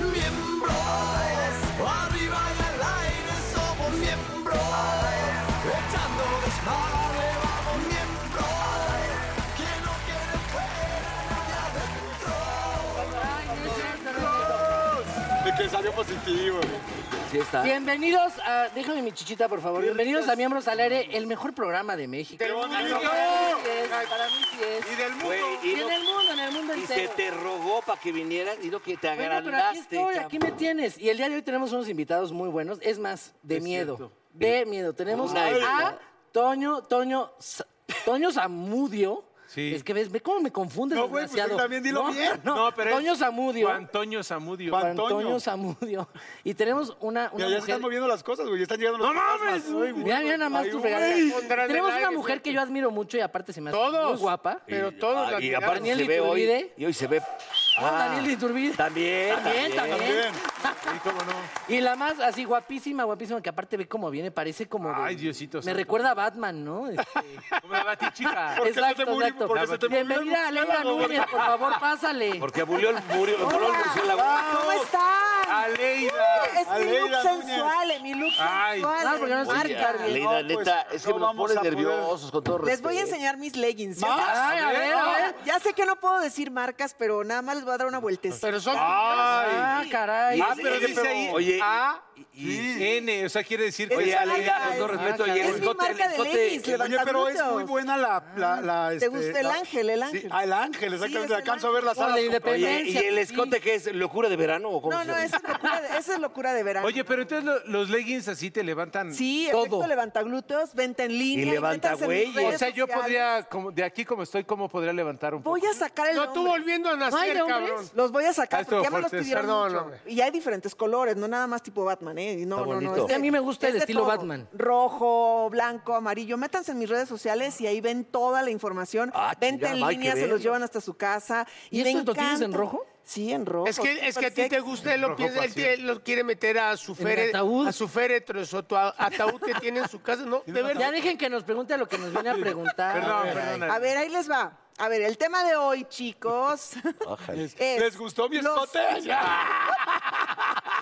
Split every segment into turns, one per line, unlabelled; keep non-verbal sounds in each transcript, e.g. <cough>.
Miembros, arriba y al aire somos miembros, echando desmadre vamos miembros, que no quede fuera ni adentro. que salió positivo.
Bienvenidos a. Déjame mi chichita, por favor. Bienvenidos a Miembros al Aire, el mejor programa de México. Para mí sí es, para mí sí es.
Y del mundo.
Y en el mundo, en el mundo
Y se
entero.
te rogó para que vinieras y lo que te
Bueno,
agrandaste.
pero aquí estoy,
cabrón.
aquí me tienes. Y el día de hoy tenemos unos invitados muy buenos. Es más, de miedo. De miedo. Tenemos
Ay,
a
no.
Toño, Toño, Sa- Toño Zamudio.
Sí.
Es que ves, ve cómo me confundes.
No, güey, pues tú
desgraciado.
también dilo
No,
bien.
No,
No, pero es
Toño Zamudio.
Juan Antonio Zamudio.
Juan-
Juan Toño
Toño.
Zamudio. Y tenemos una, una
Mira, ya se
mujer
están moviendo las cosas, güey, ya están llegando los ¡No mames!
Mira, mira nada más
Ay,
tu
güey.
regalera.
Pondrán
Tenemos
el
una
aire,
mujer que yo admiro mucho y aparte se me hace
Todos.
muy guapa.
Pero todos
Ah,
la
y
admiraron.
aparte
Daniel
se ve hoy.
Iturbide.
Y hoy se ve. Ah,
Daniel Iturbide.
También.
También, también.
Bien. Sí, cómo no.
Y la más así guapísima, guapísima, que aparte ve cómo viene, parece como. de-
Ay, Diosito
Me
santo.
recuerda a Batman, ¿no? Este,
¿Cómo la ti, chica?
<laughs> Porque se te murió- porque se te murió el
Bienvenida, Leila
murciélago,
Núñez, por favor, pásale. Ah,
Porque murió el murió, murió el murciélago.
¿Cómo están?
Aleida.
Es mi
Aleida
look
Núñez.
sensual, eh, mi look
Ay.
sensual. eh.
No, porque no
Oye,
se
Marca.
Ricardo.
Leida,
No, pues,
neta, es que
no
nos
vamos
pones
a poder.
nerviosos con todo respeto.
Les voy a enseñar mis leggings. Ya
¿Más?
Ay, a ver, a ver.
saben- Ya sé que no puedo decir marcas, pero nada más les voy a dar una vueltecita.
Pero son
Ah, caray.
Y
Ah,
ese-
pero
ese-
dice ahí ah.
Oye,
A y N. O sea, quiere decir que...
oye,
esa
Aleida,
marca
con todo
es-
respeto,
Ah,
oye,
caray.
el
Es mi
escote, el
marca de leggings,
escote.
levanta-
Oye, pero es muy buena la... la, la,
¿Te
este,
gusta el
la-
ángel, el ángel?
Sí, ah, el ángel, exactamente.
es el
alcanzo a ver las
ángel.
alas.
Ole,
compadre.
independiente.
Oye, ¿y el
sí.
escote qué es? ¿Locura de verano o cómo
No,
se
no,
llama?
esa es locura, de- esa es locura de verano.
Oye, pero entonces lo- los leggings así te levantan...
Sí,
Todo.
efecto levantaglúteos, venta en línea.
levanta
métanse en mis
güeyes.
redes
O sea, yo
sociales.
podría, como, de aquí como estoy, ¿cómo podría levantar un poco?
Voy a sacar el
No, tú
nombre.
volviendo a
¿No hay
nacer,
de hombres?
cabrón.
Los voy a
Ah,
sacar
estuvo
porque ya me los
fuerte,
pidieron
perdón,
mucho.
hombre.
Y hay diferentes colores, no nada más tipo Batman, ¿eh? Y No, no,
Está
no.
bonito.
de-
A mí me gusta el
es de
estilo
todo.
Batman.
Rojo, blanco, amarillo. Métanse en mis redes sociales y ahí ven toda la información.
Ah,
Venta
chingada,
en
hay que
línea, se
verlo.
los llevan hasta su casa.
¿Y
me
estos los tienes en
encanta.
rojo?
Sí, en rojo.
Es que, es que a ti te
Perfecto.
gusta, él lo,
Rojo
piensa, él
pasión.
te- lo quiere meter a su,
¿En el
fere,
ataúd?
a su féretro, o tu a- ataúd que tiene en su casa.
<laughs>
No, de
Ya
verdad.
dejen que nos pregunte lo que nos viene a preguntar.
Perdón, perdón.
A ver, ahí les va. A ver, el tema de hoy, chicos, <laughs>
Ájale.
es
¿Les gustó mi
los-
escote?
<laughs>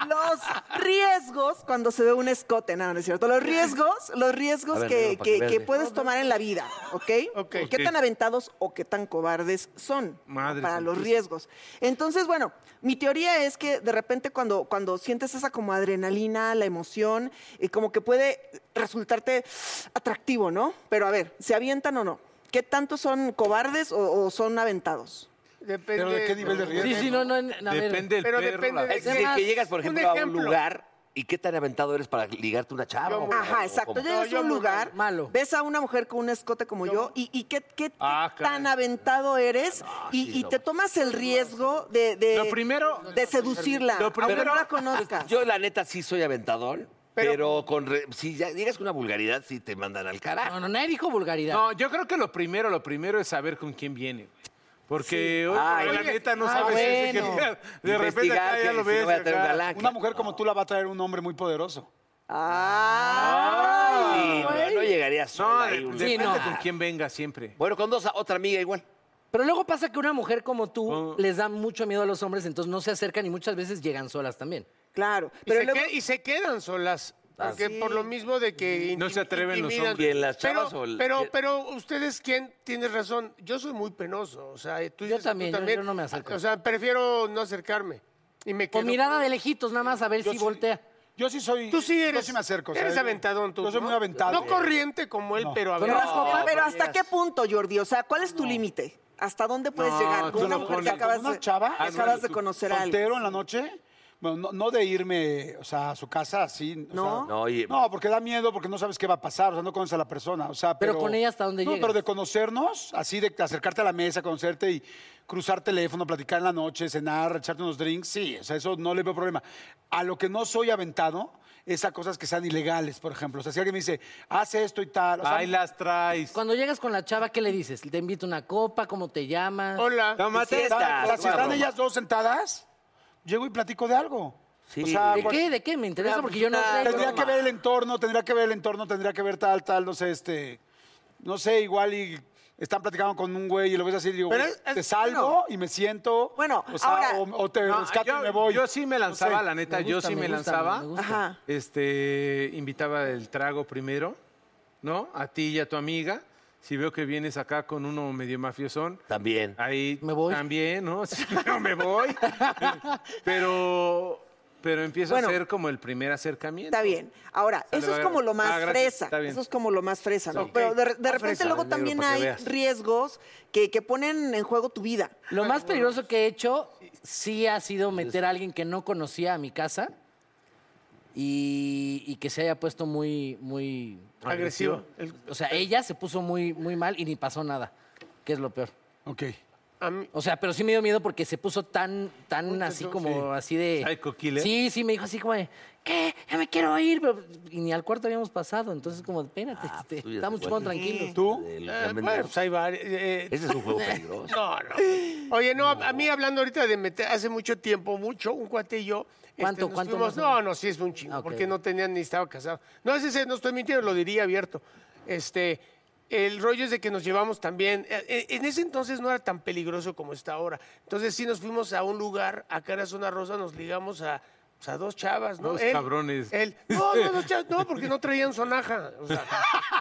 los riesgos cuando se ve un escote, no, no es cierto. Los riesgos, los riesgos
A ver,
que,
negro, para
que-
que veas
que
bien.
puedes tomar en la vida, ¿ok?
Ok.
¿Qué tan aventados o qué tan cobardes son
Madre
para los
santísima.
riesgos? Entonces, bueno, mi teoría es que de repente cuando, cuando sientes esa como adrenalina, la emoción, eh, como que puede resultarte atractivo, ¿no? Pero a ver, ¿se avientan o no? ¿Qué tanto son cobardes o- o son aventados?
Depende.
Pero ¿de qué nivel de riesgo?
Sí, sí, no, no. en- A ver.
Depende del
Pero
perro,
depende
la-
de-
Es decir,
Además,
que llegas, por
un
ejemplo, a un
ejemplo.
lugar y qué tan aventado eres para ligarte una chava.
Yo-
o- o-
Ajá,
o-
exacto.
No,
Llegas
yo
a un
muy
lugar,
malo.
ves a una mujer con un escote como yo, y, y qué, qué- qué
Ah, caray.
tan aventado eres y,
sí,
y
no.
te tomas el riesgo de, de-
Lo primero-
de seducirla,
Lo
aunque
primero-
no la conozcas.
Yo, la neta, sí soy aventador,
Pero-
pero, con re- si ya digas una vulgaridad, sí te mandan al carajo.
Ah,
No, no, nadie dijo vulgaridad.
No, yo creo que lo primero, lo primero es saber con quién viene, güey. Porque hoy,
Ay,
la
oye,
neta no
ah,
sabes
<laughs>
ese
bueno.
que- de repente
Investigar
acá ya
que
lo
si no
ves.
voy a traer
acá.
un galán.
Una mujer como tú la va a traer un hombre muy poderoso.
Ah,
Sí, no, no llegaría
No,
sola. ahí,
de-
un-
Sí,
depende
no.
con quién venga siempre.
Bueno, con dos, otra amiga igual.
Pero luego pasa que una mujer como tú
Oh.
les da mucho miedo a los hombres, entonces no se acercan y muchas veces llegan solas también.
claro.
Y, se
Pero luego-
que- y se quedan solas. Porque por lo mismo de que...
No
intim-
se atreven los
intimidan.
hombres.
¿Quién, las
Pero-
chavas o el-
Pero, pero ustedes, ¿quién? Tienes razón. Yo soy muy penoso. O sea, tú
Yo
dices que tú
también, yo- yo no me acerco.
O sea, prefiero no acercarme. Y me
Con
quedo.
mirada de lejitos, nada más a ver si
sí-
voltea.
Yo sí soy.
Tú sí eres.
Yo sí me acerco. o sea,
Eres aventadón tú.
Yo soy
¿no?
muy aventado.
No corriente como él, pero
Pero,
aventado.
pero ¿hasta qué punto, Jordi? O sea, ¿cuál es tu límite? ¿Hasta dónde puedes
No,
llegar? Con
tú
una
no
mujer que
pones-
acabas,
¿Una
de-
chava?
que acabas de conocer a alguien.
soltero en la noche. Bueno, no, no de irme, o sea, a su casa así. o
No.
sea,
No, y-
no, porque da miedo, porque no sabes qué va a pasar, o sea, no conoces a la persona, o sea,
Pero
pero...
con ella, ¿hasta dónde
No,
llegas?
pero de conocernos, así de acercarte a la mesa, conocerte y cruzar teléfono, platicar en la noche, cenar, echarte unos drinks, sí, o sea, eso no le veo problema. A lo que no soy aventado es a cosas que sean ilegales, por ejemplo. O sea, si alguien me dice, hace esto y tal, o sea,
Ahí las traes.
Cuando llegas con la chava, ¿qué le dices? ¿Te invito una copa? ¿Cómo te llamas?
Hola.
Sí
Tómate.
está,
o sea, si
guapo.
están ellas dos sentadas, llego y platico de algo.
Sí.
O sea, pues
¿De
por-
qué? ¿De qué? Me interesa porque yo no
pues,
sé.
Tendría que ver el entorno, tendría que ver el entorno, tendría que ver tal, tal, no sé, este. No sé, igual y están platicando con un güey y lo ves así y digo,
Pero
güey,
es-
te
es-
salgo
bueno.
y me siento.
Bueno,
o, sea,
ahora-
o- o te
No,
rescato
yo,
y me voy.
yo sí me lanzaba, la neta,
Me
yo
gusta,
sí
me
me,
gusta,
lanzaba.
me gusta.
Ajá.
Este, invitaba el trago primero, ¿no? A ti y a tu amiga. Si veo que vienes acá con uno medio mafiosón,
También.
ahí
Me voy.
también, ¿no? <laughs> Sí, no me voy. pero, pero empiezo
Bueno.
a ser como el primer acercamiento.
Está bien. Ahora,
Sale,
eso es
va,
como lo
ah,
más
gracias,
fresa.
está bien.
Eso es como lo más fresa, ¿no?
Ok.
Pero de, de
Más
repente
fresa,
luego
negro,
también
para que
hay
veas.
riesgos que, que ponen en juego tu vida.
Lo más peligroso que he hecho sí ha sido meter a alguien que no conocía a mi casa y, y que se haya puesto muy, muy...
Agresivo.
O sea, ella se puso muy, muy mal y ni pasó nada, que es lo peor.
Ok.
A mí-
O sea, pero sí me dio miedo porque se puso tan, tan así como así de.
Psycho killer.
Sí, sí, me dijo así como de, ¿qué? Ya me quiero ir. Pero, y ni al cuarto habíamos pasado. Entonces, como, espérate, este,
tú ya te
estamos chupando
acuerdas.
tranquilos.
¿Tú?
Del-
eh,
también-
bueno, pues hay varios. eh,
Ese es un
<laughs>
juego peligroso.
No, no. Oye, no, a a mí hablando ahorita de meter, hace mucho tiempo, mucho, un cuate y yo. este,
¿Cuánto,
nos
cuánto
fuimos-
más o menos?
no, no, sí es un chingo,
Ah, ok.
porque no tenían ni estaba casado. No, ese, ese no estoy mintiendo, lo diría abierto. Este, el rollo es de que nos llevamos también. eh, eh, En ese entonces no era tan peligroso como está ahora. Entonces sí nos fuimos a un lugar, acá en la zona rosa, nos ligamos a. pues, a dos chavas, ¿no?
Dos
Él-
cabrones.
él- no, no, dos chavas, no, porque no traían sonaja. O sea,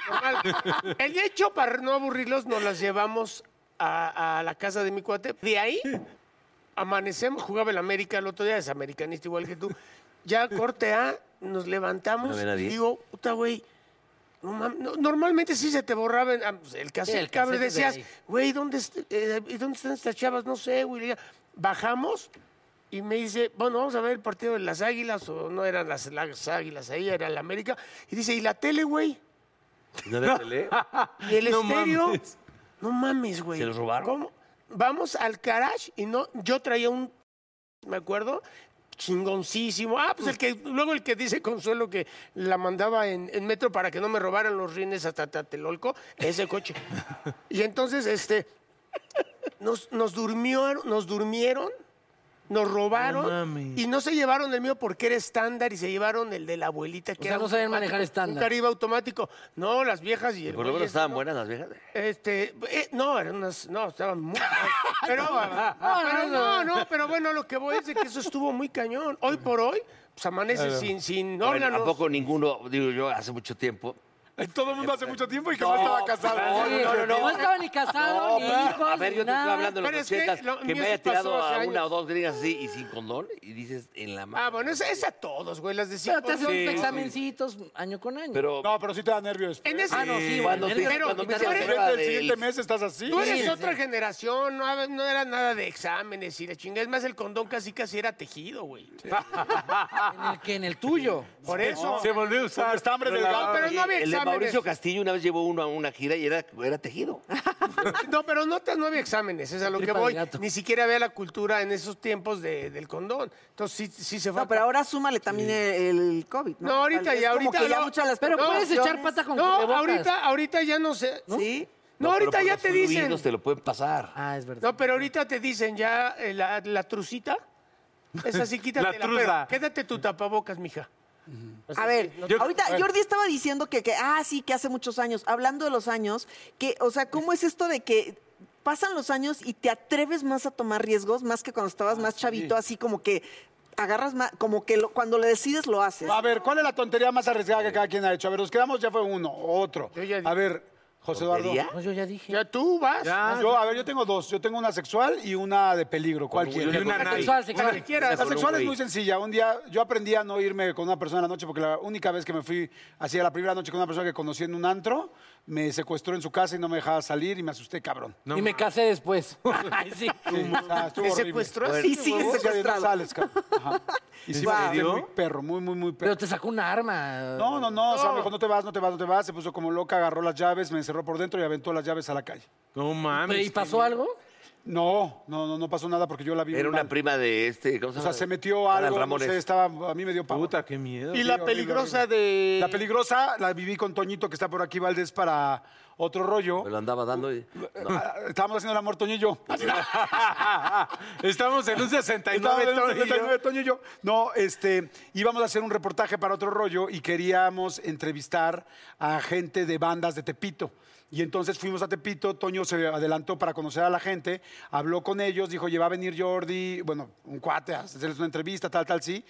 normal. El hecho, para no aburrirlos, nos las llevamos a, a la casa de mi cuate. De ahí amanecemos, jugaba el América el otro día, es americanista igual que tú. Ya corte A, nos levantamos.
No ve nadie.
y digo, puta, güey. no mam- no- normalmente sí se te borraba en- ah, pues, el cassette,
el
cabrón.
cassette de
Decías,
ahí.
güey, ¿dónde, est- eh, ¿y ¿dónde están estas chavas? No sé, güey. Ya. Bajamos y me dice, bueno, vamos a ver el partido de las águilas, o no eran las, las águilas ahí, era la América. Y dice, ¿y la tele, güey?
<laughs>
¿No había tele?
<laughs> Y el
No
estéreo.
mames.
No mames, güey.
¿Se los robaron?
¿Cómo? Vamos al garage y no. Yo traía un. Me acuerdo. Chingoncísimo. Ah, pues el que. Luego el que dice Consuelo que la mandaba en, en metro para que no me robaran los rines hasta Tatelolco. Ese coche. y entonces, este. Nos, nos durmió, nos durmieron. Nos robaron
mames.
y no se llevaron el mío porque era estándar y se llevaron el de la abuelita que
sea,
era
no sabían manejar
automático,
estándar.
Un Caribe automático. No, las viejas y el
Por lo
güey este,
menos estaban
¿no?
buenas las viejas.
Este, eh, no, eran unas, no, estaban
<laughs>
muy... Pero, pero no, no, pero bueno, lo que voy es de que eso estuvo muy cañón. Hoy por hoy, pues amanece sin, sin
Bueno,
órganos.
¿A poco ninguno, digo yo, hace mucho tiempo?
Eh,
Eh,
Todo el mundo hace mucho tiempo y que no, estaba casado.
Sí,
no, no, no.
estaba ni casado, ni
pero-
hijos,
a ver,
ni
yo te estoy
nada.
hablando de
Pero
los
es que
ochentas,
lo
que,
mío
me haya
sí pasó
tirado a
hace
una o
años.
dos gringas así y sin condón y dices en la mano.
Ah, bueno, es, es a todos, güey, las de
Pero te
cinco-
hacen unos
Sí, sí.
examencitos año con año.
Pero
No, pero sí te da nervios.
En ese...
ah, no, sí,
cuando
bueno,
te-
pero-
cuando me
tú
hice la
eres-
prueba
el
del-
siguiente mes estás así.
Tú eres
Sí,
otra generación, no, hab- no era nada de exámenes y la chingada. Es más, el condón casi casi era tejido, güey.
en el que en el tuyo.
Por eso.
Se volvió a usar.
estambre
Pero
del
la-
gato.
pero no había
el de
exámenes.
Mauricio Castillo una vez llevó uno a una gira y era, era tejido.
No, pero no, te- no había exámenes, es a lo que
Tripa de
voy.
gato.
Ni siquiera había la cultura en esos tiempos de- del condón. Entonces sí, sí se fue.
No, pero ahora súmale también el, el COVID. No,
No, ahorita
Es
ya,
como
ahorita
que ya
lo-
muchas las
Pero puedes echar
preocupaciones-
pata con
No,
cubrebocas.
ahorita, ahorita ya no sé. No,
Sí.
pero
ahorita
por
ya
los
te dicen.
fluidos te lo pueden pasar.
Ah, es verdad.
No, pero ahorita te dicen ya eh, la, la trucita. Esa
<laughs>
sí, quítatela. pero
truza.
quédate tu tapabocas, mija.
A ver,
Pues,
Yo-
ahorita Jordi estaba diciendo que, que, ah, sí, que hace muchos años, hablando de los años, que, o sea, ¿cómo es esto de que pasan los años y te atreves más a tomar riesgos, más que cuando estabas más chavito, así como que agarras más, como que lo- cuando le decides lo haces?
A ver, ¿cuál es la tontería más arriesgada que cada quien ha hecho? A ver, nos quedamos, ya fue uno, otro.
Yo ya dije.
A ver, José Eduardo.
¿Tontería?
No, yo ya dije.
Ya tú vas.
Ya.
Yo, a ver, yo tengo dos. Yo tengo una sexual y una de peligro. ¿Cuál
Y
quieres?
una nalga.
Sexual, sexual.
que quieras.
La sexual es
güey.
muy sencilla. Un día yo aprendí a no irme con una persona en la noche porque la única vez que me fui, hacía la primera noche con una persona que conocí en un antro, me secuestró en su casa y no me dejaba salir y me asusté, cabrón.
No
y me
mames.
casé después. Ay, sí.
Sí, o
Ah,
sea, <laughs> estuvo
¿Te
horrible.
secuestró así,
Y sigue
Sí, de
huevón?
ahí no
secuestrado.
sales, cabrón. Ajá. Y sí, me
Guau.
sentí muy
¿En serio?
perro, muy, muy, muy perro.
Pero te sacó un arma.
No, no, no, o sea, me dijo, no te vas, no te vas, no te vas. Se puso como loca, agarró las llaves, me encerró por dentro y aventó las llaves a la calle.
No mames.
¿Y pasó algo?
No, no, no, no pasó nada porque yo la vi.
Era
muy
una
mal.
prima de este. ¿cómo
O sea,
llama?
se metió
Adal
algo, no
Ramones.
sé, estaba, a mí me dio pavor.
Puta, qué miedo.
Y la
horrible,
peligrosa
horrible.
de.
La peligrosa la viví con Toñito, que está por aquí, Valdés, para otro rollo.
Me lo andaba dando. y-
Ah, Estábamos haciendo el amor, Toño y yo.
Estamos en un 69,
Estaba
Tony,
en el
y yo.
79, Toño y yo. No, este, íbamos a hacer un reportaje para otro rollo y queríamos entrevistar a gente de bandas de Tepito. Y entonces fuimos a Tepito, Toño se adelantó para conocer a la gente, habló con ellos, dijo, "Oye, va a venir Jordi, bueno, un cuate, a hacerles una entrevista, tal, tal, sí.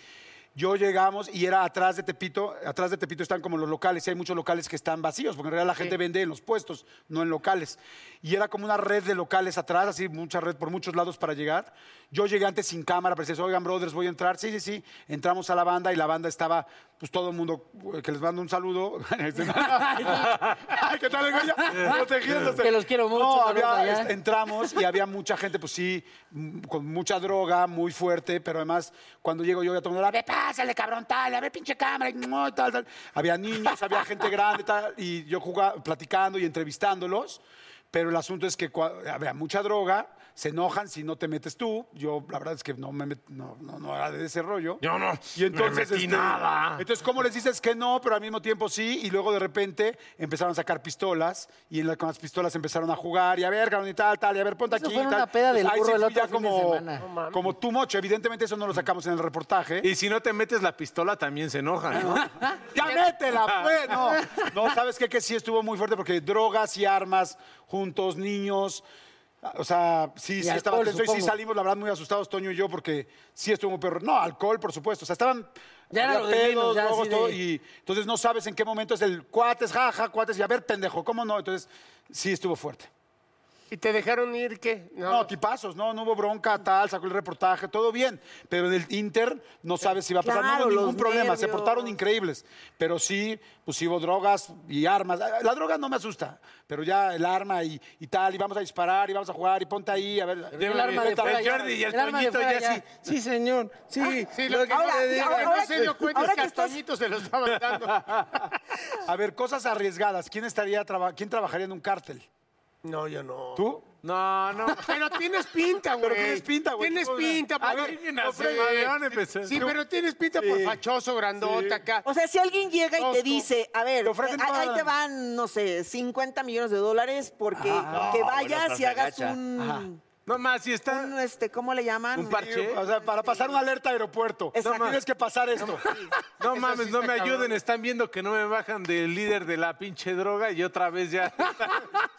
Yo llegamos y era atrás de Tepito, atrás de Tepito están como los locales, y hay muchos locales que están vacíos, porque en realidad la gente vende en los puestos, no en locales. Y era como una red de locales atrás, así mucha red por muchos lados para llegar. Yo llegué antes sin cámara, pero decía, oigan, brothers, voy a entrar. Sí, sí, sí. Entramos a la banda y la banda estaba, pues todo el mundo, eh, que les mando un saludo. <laughs> este Ay, ¿qué tal,
<laughs>
güey? <laughs> Protegiéndose.
Que los quiero mucho,
No,
saludos
había,
allá.
este, entramos y había mucha gente, pues sí, m- con mucha droga, muy fuerte, pero además cuando llego yo ya todo el mundo, a ver, pásale, cabrón, tal, a ver, pinche cámara, y mua, y tal, tal. Había niños, había gente grande, tal, y yo jugaba, platicando y entrevistándolos, pero el asunto es que cua- había mucha droga, se enojan si no te metes tú, yo la verdad es que no me met- no, no, no era de ese rollo.
Yo no
Y entonces,
me metí
este,
nada.
entonces, ¿cómo les dices que no, pero al mismo tiempo sí? Y luego de repente empezaron a sacar pistolas y en la- con las pistolas empezaron a jugar y a ver, cabrón, y tal, tal, y a ver, ponte
Eso
aquí.
fue
y
una
tal.
peda del
ahí
burro
sí
el
fui
otro
ya
fin de
como,
semana. No
como too much. Evidentemente eso no lo sacamos en el reportaje.
Y si no te metes la pistola, también se enoja, ¿no?
<laughs> ¡Ya métela, pues! No,
<laughs>
no, ¿sabes qué? Que sí estuvo muy fuerte porque drogas y armas juntos, niños... O sea, sí, sí estaba
alcohol,
tenso y sí
supongo.
salimos, la verdad, muy asustados, Toño y yo, porque sí estuvo muy perro. No, alcohol, por supuesto. O sea, estaban
Ya era
había
lo de menos, ya
drogos,
así de-
todo, y entonces no sabes en qué momento es el cuates, jaja, cuates, y a ver, pendejo, ¿cómo no? Entonces, sí estuvo fuerte.
¿Y te dejaron ir qué? No. pues.
No, tipazos, no, no hubo bronca, tal, sacó el reportaje, todo bien. Pero en el Inter no sabes si va a pasar.
Claro,
no hubo ningún
los
problema, se
nervios.
portaron increíbles. Pero sí, pues sí hubo drogas y armas. La droga no me asusta, pero ya el arma y, y tal, y vamos a disparar, y vamos a jugar, y ponte ahí, a ver.
el arma de fuera
el
ya.
Jordi y el,
El arma de
Toñito
fuera
ya,
ya.
sí. Sí, señor. Sí.
Ah,
Sí, lo que
Ahora,
no, le-
ahora-
no
ahora
se
que-
dio cuenta
ahora
es que,
que
a
estás-
Toñito se lo estaban dando.
<laughs> A ver, cosas arriesgadas. ¿Quién estaría traba- quién trabajaría en un cártel?
No, yo no.
¿Tú?
No, no.
<laughs> Pero tienes pinta, güey.
Pero tienes pinta, güey.
Tienes
Tú,
pinta,
a
por
ver,
fin,
¿quién
no,
hace?
Freddy.
Madre, ¿dónde empezó?
Sí, pero tienes pinta por fachoso, grandota, acá.
O sea, si alguien llega y te dice, a ver,
Te ofrecen
eh, ahí,
toda-
ahí te van, no sé, 50 millones de dólares porque que
no,
vayas
bueno,
y hagas
agacha.
un,
No más, si
un,
está
este, ¿cómo le llaman?
un parche.
O sea, para pasar una alerta a aeropuerto.
Exacto.
No Tienes que pasar esto.
No mames,
sí
no
está
me
cabrón.
ayuden. Están viendo que no me bajan del líder de la pinche droga y otra vez ya.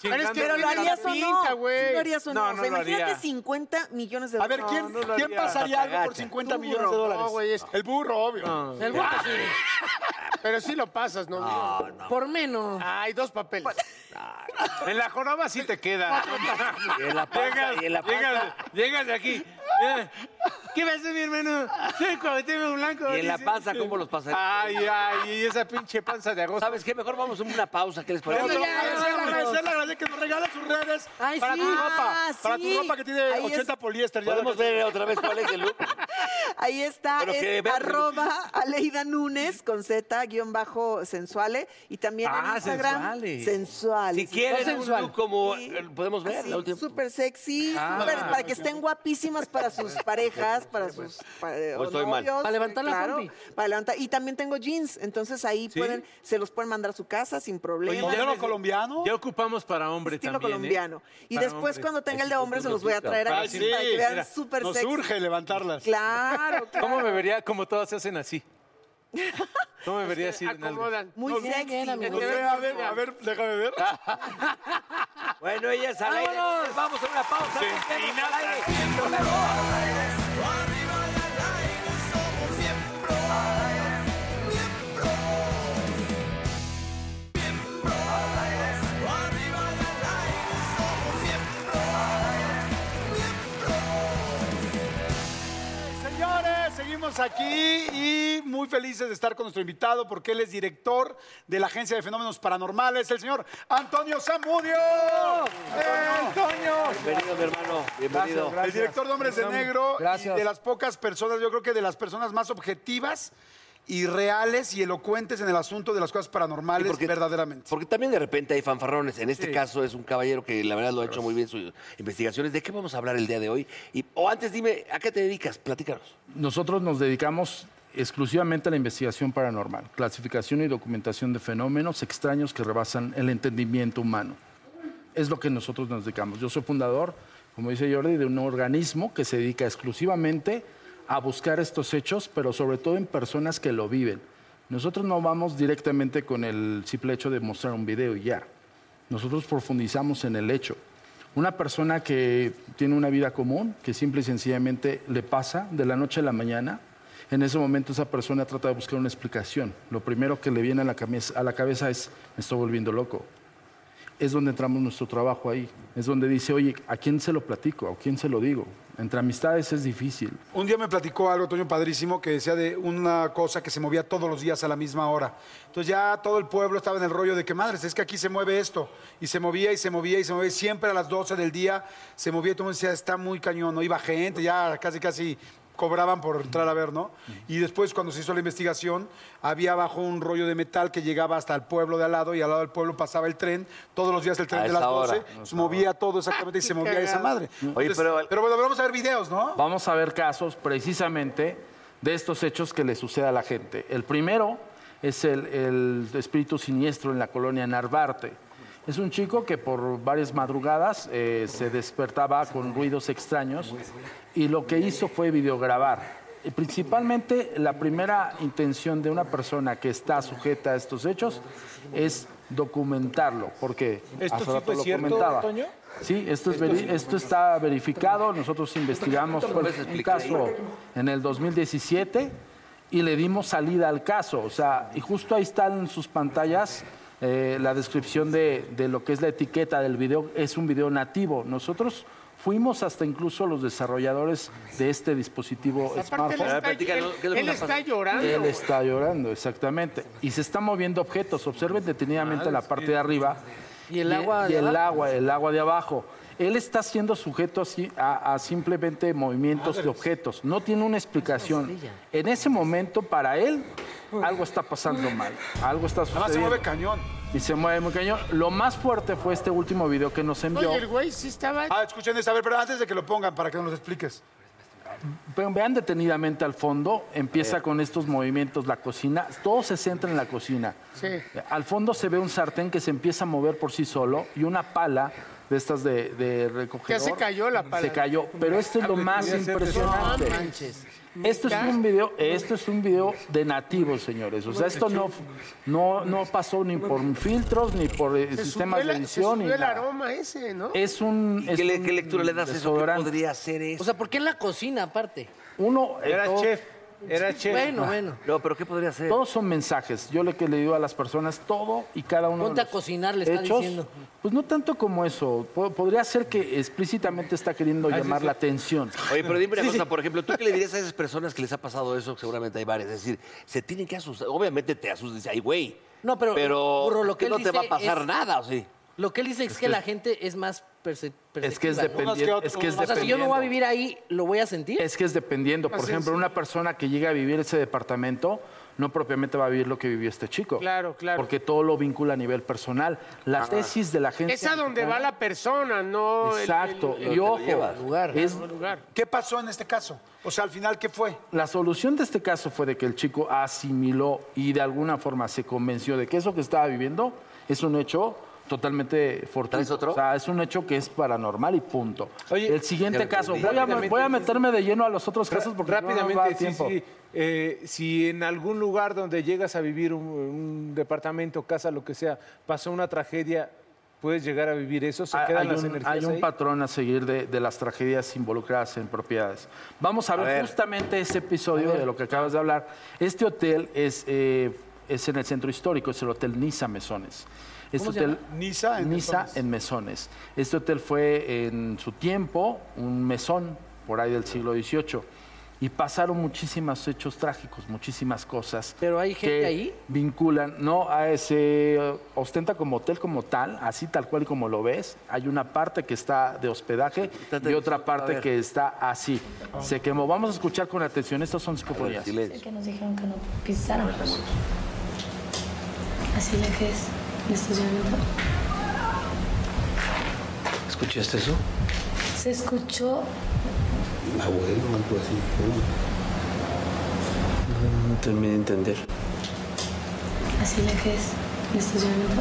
Pero es que
<laughs> Pero lo
Mira la
harías o no.
pinta, güey.
Sí lo harías o no.
No,
O sea,
no lo
imagínate
haría.
50 millones de
A ver,
dólares.
¿quién,
no lo
¿quién
haría.
pasaría algo por
Agacha.
50
Tú,
millones de
burro.
dólares?
No, güey, es- Ah.
El burro, obvio.
El burro sí.
<laughs> Pero sí lo pasas, ¿no? No,
Por menos.
Ay, dos papeles.
En la joroba sí
<laughs>
te queda.
Y en la panza,
Llegas,
y en la panza.
llegas, llegas de aquí. Eh, ¿Qué vas a hacer, mi hermano? Soy Cuauhtémoc Blanco.
Y en la
dice.
panza, ¿cómo los pasaría?
Ay, ay, y esa pinche panza de agosto.
¿Sabes qué? Mejor vamos a una pausa. ¿Qué les parece?
Pero
ya,
agradecerle,
vámonos.
agradecerle, agradecerle que nos regala sus redes
Ay,
para
sí.
tu ropa.
Ah,
Para tu
sí.
ropa que tiene
Ahí es-
80 poliéster. Ya
Podemos
la-
ver otra vez cuál es el look.
Ahí está,
Pero que
es
vean-
arroba Aleida Núñez con Z, guión bajo sensuale. Y también en
Ah,
Instagram.
sensuales.
Sensuales.
Si quieren un
sensual.
look como... Ah,
Sí.
eh, ¿Podemos ver?
Así,
la última?
Súper sexy, súper- para que estén guapísimas para sus parejas, para sus pa- o
estoy mal.
novios, eh,
Para levantar la pompi.
Para levantar. Y también tengo jeans, entonces ahí pueden, se los pueden mandar a su casa sin problema.
Oye, ¿Modelo colombiano?
Ya ocupamos para hombre
estilo
también. ¿eh?
colombiano. Y
Para
después
hombre.
cuando tenga el de hombres se los voy a traer
Ay,
Ah,
aquí
sí,
para que
mira,
vean súper
Nos
sexy.
surge levantarlas.
Claro, claro.
¿Cómo me vería? Como todas se
<laughs>
hacen así. ¿Cómo me vería así? de nalgas?
Acomodan.
Muy
bien,
sexy.
bien, amigo.
No sé, a ver, a ver,
<laughs>
déjame ver.
Bueno, ella es al aire. Vamos a una pausa. volvemos al aire.
miembros.
felices de estar con nuestro invitado porque él es director de la Agencia de Fenómenos Paranormales, el señor Antonio Zamudio. Antonio.
Bienvenido, mi hermano. Bienvenido.
El director de Hombres de Negro, y de las pocas personas, yo creo que de las personas más objetivas y reales y elocuentes en el asunto de las cosas paranormales
Sí, porque-
verdaderamente.
Porque también de repente hay fanfarrones. En este caso es un caballero que la verdad lo ha hecho muy bien sus investigaciones. ¿De qué vamos a hablar el día de hoy? Y, o antes dime, ¿a qué te dedicas? Platícanos.
Nosotros nos dedicamos exclusivamente a la investigación paranormal, clasificación y documentación de fenómenos extraños que rebasan el entendimiento humano. Es lo que nosotros nos dedicamos. Yo soy fundador, como dice Jordi, de un organismo que se dedica exclusivamente a buscar estos hechos, pero sobre todo en personas que lo viven. Nosotros no vamos directamente con el simple hecho de mostrar un video y ya. Nosotros profundizamos en el hecho. Una persona que tiene una vida común, que simple y sencillamente le pasa de la noche a la mañana, en ese momento esa persona trata de buscar una explicación. Lo primero que le viene a la, cabeza, a la cabeza es, me estoy volviendo loco. Es donde entramos nuestro trabajo ahí. Es donde dice, oye, ¿a quién se lo platico? ¿A quién se lo digo? Entre amistades es difícil.
Un día me platicó algo, Toño Padrísimo, que decía de una cosa que se movía todos los días a la misma hora. Entonces ya todo el pueblo estaba en el rollo de que, madres, es que aquí se mueve esto. Y se movía y se movía y se movía. Siempre a las 12 del día se movía y todo el mundo decía, está muy cañón. No iba gente, ya casi, casi cobraban por entrar a ver, ¿no? Y después cuando se hizo la investigación, había abajo un rollo de metal que llegaba hasta el pueblo de al lado y al lado del pueblo pasaba el tren, todos los días el tren
A
de las
esa hora.
12, se movía todo exactamente y se movía esa madre. Entonces,
pero-
pero bueno, vamos a ver videos, ¿no?
Vamos a ver casos precisamente de estos hechos que le sucede a la gente. El primero es el, el espíritu siniestro en la colonia Narvarte. Es un chico que por varias madrugadas eh, se despertaba con ruidos extraños y lo que hizo fue videograbar. Y principalmente la primera intención de una persona que está sujeta a estos hechos es documentarlo, porque
¿Esto
hace
sí
rato
fue
lo
cierto,
comentaba.
Toño?
Sí, esto, es veri- esto está verificado. Nosotros investigamos pues, un caso en el 2017 y le dimos salida al caso. O sea, y justo ahí están en sus pantallas eh, la descripción de, de lo que es la etiqueta del video. Es un video nativo. Nosotros fuimos hasta incluso los desarrolladores de este dispositivo
Aparte, él
smartphone.
está,
platícanos, ¿qué es lo
él- él
que está
está
pasando?
llorando.
Él está llorando, exactamente. Y se están moviendo objetos. Observen detenidamente la parte de arriba.
¿Y el agua
y
de
el
abajo?
agua, el agua de abajo. Él está siendo sujeto así a, a simplemente movimientos de objetos. No tiene una explicación. En ese momento, para él, algo está pasando mal. Algo está
Nada más se
sucediendo.
mueve cañón.
Y se mueve muy cañón. Lo más fuerte fue este último video que nos envió.
Oye, el güey sí estaba...
Ah, escuchen eso. A ver, pero antes de que lo pongan, para que nos lo expliques.
Ve- Vean detenidamente al fondo, empieza con estos movimientos, la cocina, todo se centra en la cocina. Al fondo se ve un sartén que se empieza a mover por sí solo y una pala de estas de, de recogedor.
Ya se cayó la pala.
Se cayó, pero esto es lo más impresionante. Esto es un video, esto es un video de nativos, señores. O sea, esto no, no, no pasó ni por filtros, ni por eh,
Se
sistemas
subió
de
la- se
edición. ni
subió el
nada.
aroma ese, ¿no?
Es un.
¿Y
es
qué, le-
un
qué lectura le das a eso? ¿Qué
desodorante.
podría hacer
O
eso?
sea, ¿por qué en la cocina aparte?
Uno. eh,
Era
todo-
chef. Era chef.
Bueno, bueno.
No, pero ¿qué podría hacer?
Todos son mensajes. Yo lo que le digo a las personas, todo y cada uno
Ponte
de
a
los
cocinar, le está
hechos,
diciendo.
Pues no tanto como eso. Po- podría ser que explícitamente está queriendo
Ah,
llamar la atención.
Oye, pero dime una cosa, por ejemplo, ¿tú qué le dirías a esas personas que les ha pasado eso? Seguramente hay varias. Es decir, se tienen que asustar. Obviamente te asustas y dices, ay, güey.
No, pero,
Pero
burro, lo
que
que
no
él
te va a
dice
pasar
es-
nada, ¿o sí?
Lo que él dice es, que, la gente es más perse-
Es que es
Unas
perceptiva, ¿no?
que
dependiendo.
otras,
Es que es
O sea, si yo no
dependiendo.
voy a vivir ahí, ¿lo voy a sentir?
Es que es dependiendo.
Ah,
Por ejemplo, una persona que llega a vivir ese departamento no propiamente va a vivir lo que vivió este chico.
Claro, claro.
Porque todo lo vincula a nivel personal.
Ah.
La tesis de la gente.
Es a donde va la persona, no... el-
Exacto.
el- el-
y ojo,
llevas.
es
lugar.
¿Qué pasó en este caso? O sea, al final, ¿qué fue?
La solución de este caso fue de que el chico asimiló y de alguna forma se convenció de que eso que estaba viviendo es un hecho totalmente fortuito.
otro?
O sea, es un hecho que es paranormal y punto.
Oye,
el siguiente caso, voy a,
Rápidamente,
voy a
sí, sí.
meterme de lleno a los otros
Ra-
casos porque
Rápidamente,
no nos va a dar
sí,
tiempo.
sí. Eh, si en algún lugar donde llegas a vivir un, un departamento, casa, lo que sea, pasó una tragedia, puedes llegar a vivir eso, se
Hay-
quedan
Ah, Hay
las
un,
energías
hay un
ahí?
patrón a seguir de, de las tragedias involucradas en propiedades. Vamos a ver, justamente ese episodio de lo que acabas de hablar. Este hotel es, eh, es en el centro histórico, es el Hotel Niza Mesones. Este hotel,
Niza en
Niza
Mesones.
en Mesones. Este hotel fue en su tiempo un mesón, por ahí del siglo XVIII. Y pasaron muchísimos hechos trágicos, muchísimas cosas.
¿Pero hay gente
que
ahí?
Vinculan, no, a ese, eh, ostenta como hotel como tal, así tal cual como lo ves. Hay una parte que está de hospedaje y otra parte que está así. Se quemó. Vamos a escuchar con atención, estas son psicofonías.
que nos dijeron que no pisáramos. Así ya que es el estacionamiento.
¿Escuchaste eso?
Se escuchó
Abuelo, algo así. No, no terminé de entender.
así ya que es el estacionamiento.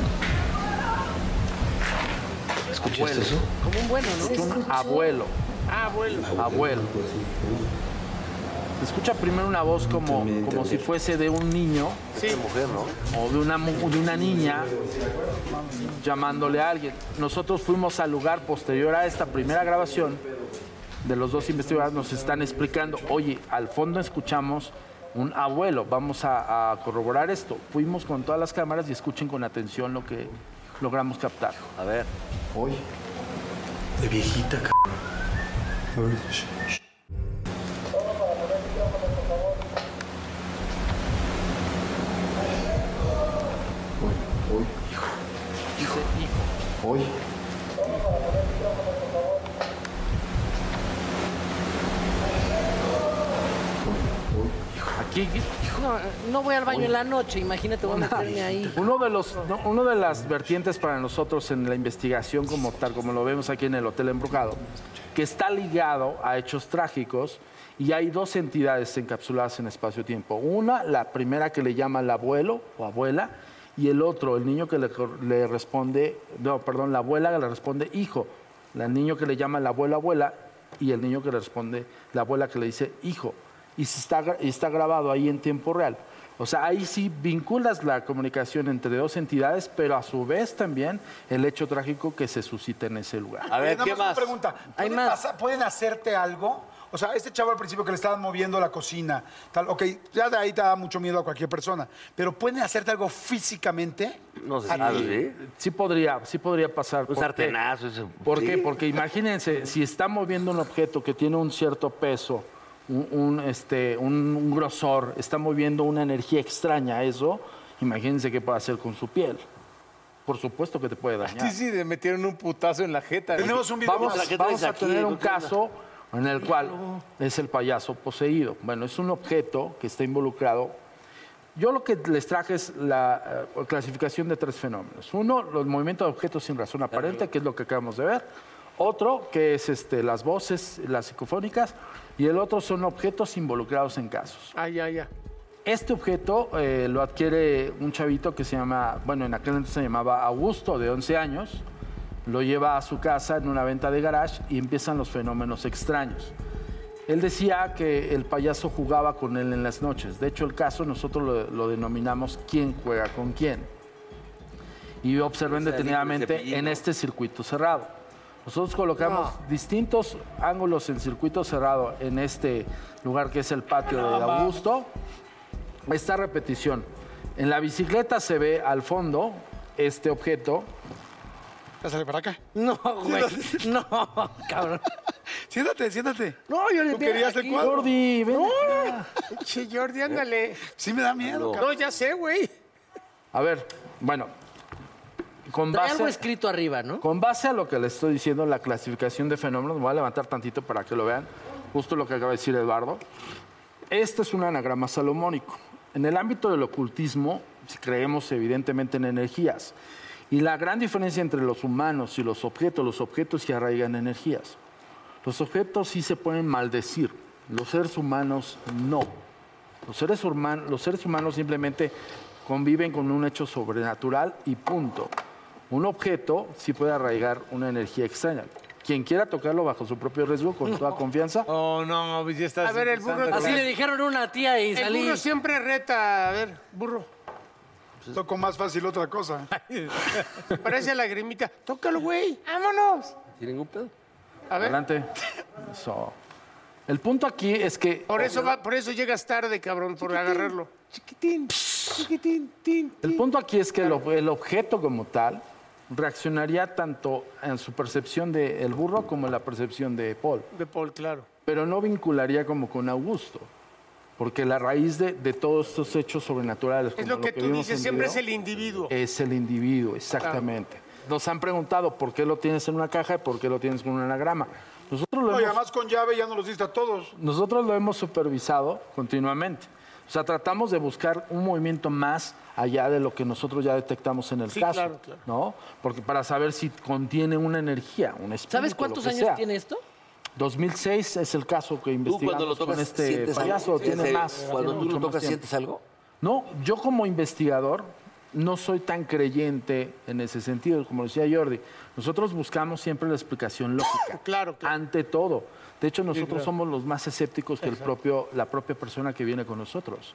¿Escuchaste eso?
Como un bueno,
Es
¿no?
un abuelo.
Ah, abuelo.
Abuelo. Se escucha primero una voz como, como si fuese de un niño
Es una mujer, ¿no?
o de una, mu- de una niña llamándole a alguien. Nosotros fuimos al lugar posterior a esta primera grabación de los dos investigadores, nos están explicando, oye, al fondo escuchamos un abuelo, vamos a, a corroborar esto. Fuimos con todas las cámaras y escuchen con atención lo que logramos captar.
A ver.
Hoy. De viejita, c. A ver. shh, shh. Hoy, hoy. Hijo. Hijo. Hoy.
Aquí
No, no voy al baño en la noche, imagínate, voy a meterme ahí.
Uno de los, no, uno de las vertientes para nosotros en la investigación como tal, como lo vemos aquí en el Hotel Embrujado, que está ligado a hechos trágicos y hay dos entidades encapsuladas en espacio-tiempo. Una, la primera que le llama el abuelo o abuela, y el otro, el niño que le, cor- le responde, no, perdón, la abuela que le responde hijo, el niño que le llama el abuelo abuela y el niño que le responde, la abuela que le dice hijo y se está, gra- y está grabado ahí en tiempo real. O sea, ahí sí vinculas la comunicación entre dos entidades, pero a su vez también el hecho trágico que se suscita en ese lugar.
A ver,
Eh, Nada
¿qué
más una
más?
pregunta.
Hay
¿Pueden,
más.
pasar- pueden hacerte algo? O sea, este chavo al principio que le estaban moviendo la cocina, tal, ok, ya de ahí te da mucho miedo a cualquier persona. Pero ¿pueden hacerte algo físicamente?
No sé, Ah,
A ti.
¿sí?
Ah, Sí podría, sí podría pasar.
Un
¿Por qué?
sartenazo. ese-
¿Por
sí.
qué? Porque imagínense, si está moviendo un objeto que tiene un cierto peso, un, un, este, un, un grosor, está moviendo una energía extraña a eso, imagínense qué puede hacer con su piel. Por supuesto que te puede dañar.
Sí, sí, le metieron un putazo en la jeta.
Tenemos un video
Vamos,
más.
¿qué
vamos
traes
a
aquí?
tener un
¿Qué onda?
caso en el cual es el payaso poseído. Bueno, es un objeto que está involucrado. Yo lo que les traje es la eh, clasificación de tres fenómenos. Uno, los movimientos de objetos sin razón aparente, que es lo que acabamos de ver. Otro, que es este, las voces, las psicofónicas. Y el otro son objetos involucrados en casos.
Ah, ya, ya.
Este objeto eh, lo adquiere un chavito que se llama, bueno, en aquel entonces se llamaba Augusto, de 11 años. Lo lleva a su casa en una venta de garage y empiezan los fenómenos extraños. Él decía que el payaso jugaba con él en las noches. De hecho, el caso nosotros lo, lo denominamos quién juega con quién. Y observen
Esa película de
detenidamente
Cepillín,
en
¿no?
este circuito cerrado. Nosotros colocamos distintos ángulos en circuito cerrado en este lugar que es el patio de Augusto esta repetición. En la bicicleta se ve al fondo este objeto.
Pásale para acá.
No, güey.
<laughs>
No, cabrón.
Siéntate, siéntate.
No, yo le
¿Tú querías el
aquí.
cuadro?
Jordi, ven.
Che, Jordi, ándale.
Sí me da miedo.
No, ya sé, güey.
A ver, bueno, con
Trae algo
base,
escrito arriba, ¿no?
con base a lo que le estoy diciendo, la clasificación de fenómenos, voy a levantar tantito para que lo vean, justo lo que acaba de decir Eduardo. Este es un anagrama salomónico. En el ámbito del ocultismo, si creemos evidentemente en energías. Y la gran diferencia entre los humanos y los objetos, los objetos que arraigan energías. Los objetos sí se pueden maldecir, los seres humanos no. Los seres, human- los seres humanos simplemente conviven con un hecho sobrenatural y punto. Un objeto sí puede arraigar una energía extraña. Quien quiera tocarlo bajo su propio riesgo, con toda confianza,
Oh, no, pues ya estás.
A ver, el
empezando
burro-
con-
Así le dijeron a una tía y
El
salí.
burro siempre reta. A ver, burro.
Pues Toco más fácil otra cosa.
<laughs> Parece lagrimita. Tócalo, güey.
¿Sin ningún pedo?
A ver.
<laughs>
adelante. Eso. El punto aquí es que
Por eso, va, por eso llegas tarde, cabrón, por agarrarlo.
El punto aquí es que el, ob- el objeto como tal reaccionaría tanto en su percepción del burro como en la percepción de Paul.
De Paul, claro.
pero no vincularía como con Augusto, porque la raíz de, de todos estos hechos sobrenaturales...
Es
como
lo que tú
vimos en
dices, siempre
video,
es el individuo.
es el individuo, exactamente. Nos han preguntado por qué lo tienes en una caja y por qué lo tienes con un anagrama. Nosotros lo
No, y
hemos
además con llave ya nos los diste a todos.
nosotros lo hemos supervisado continuamente. O sea, tratamos de buscar un movimiento más allá de lo que nosotros ya detectamos en el
Sí,
caso,
claro, claro.
¿no? Porque para saber si contiene una energía, un espíritu,
¿Sabes
lo
cuántos
que
años
sea.
tiene esto?
2006 es el caso que investigamos
cuando lo tocas,
con este
¿sientes algo?
payaso,
¿Sientes
tiene
el-
más. tiene
cuando tú lo
mucho más
tocas,
tiempo.
sientes algo?
No, yo como investigador no soy tan creyente en ese sentido, como decía Jordi. Nosotros buscamos siempre la explicación lógica.
<coughs> Claro,
Ante todo. De hecho, nosotros
claro.
somos los más escépticos que el propio, la propia persona que viene con nosotros.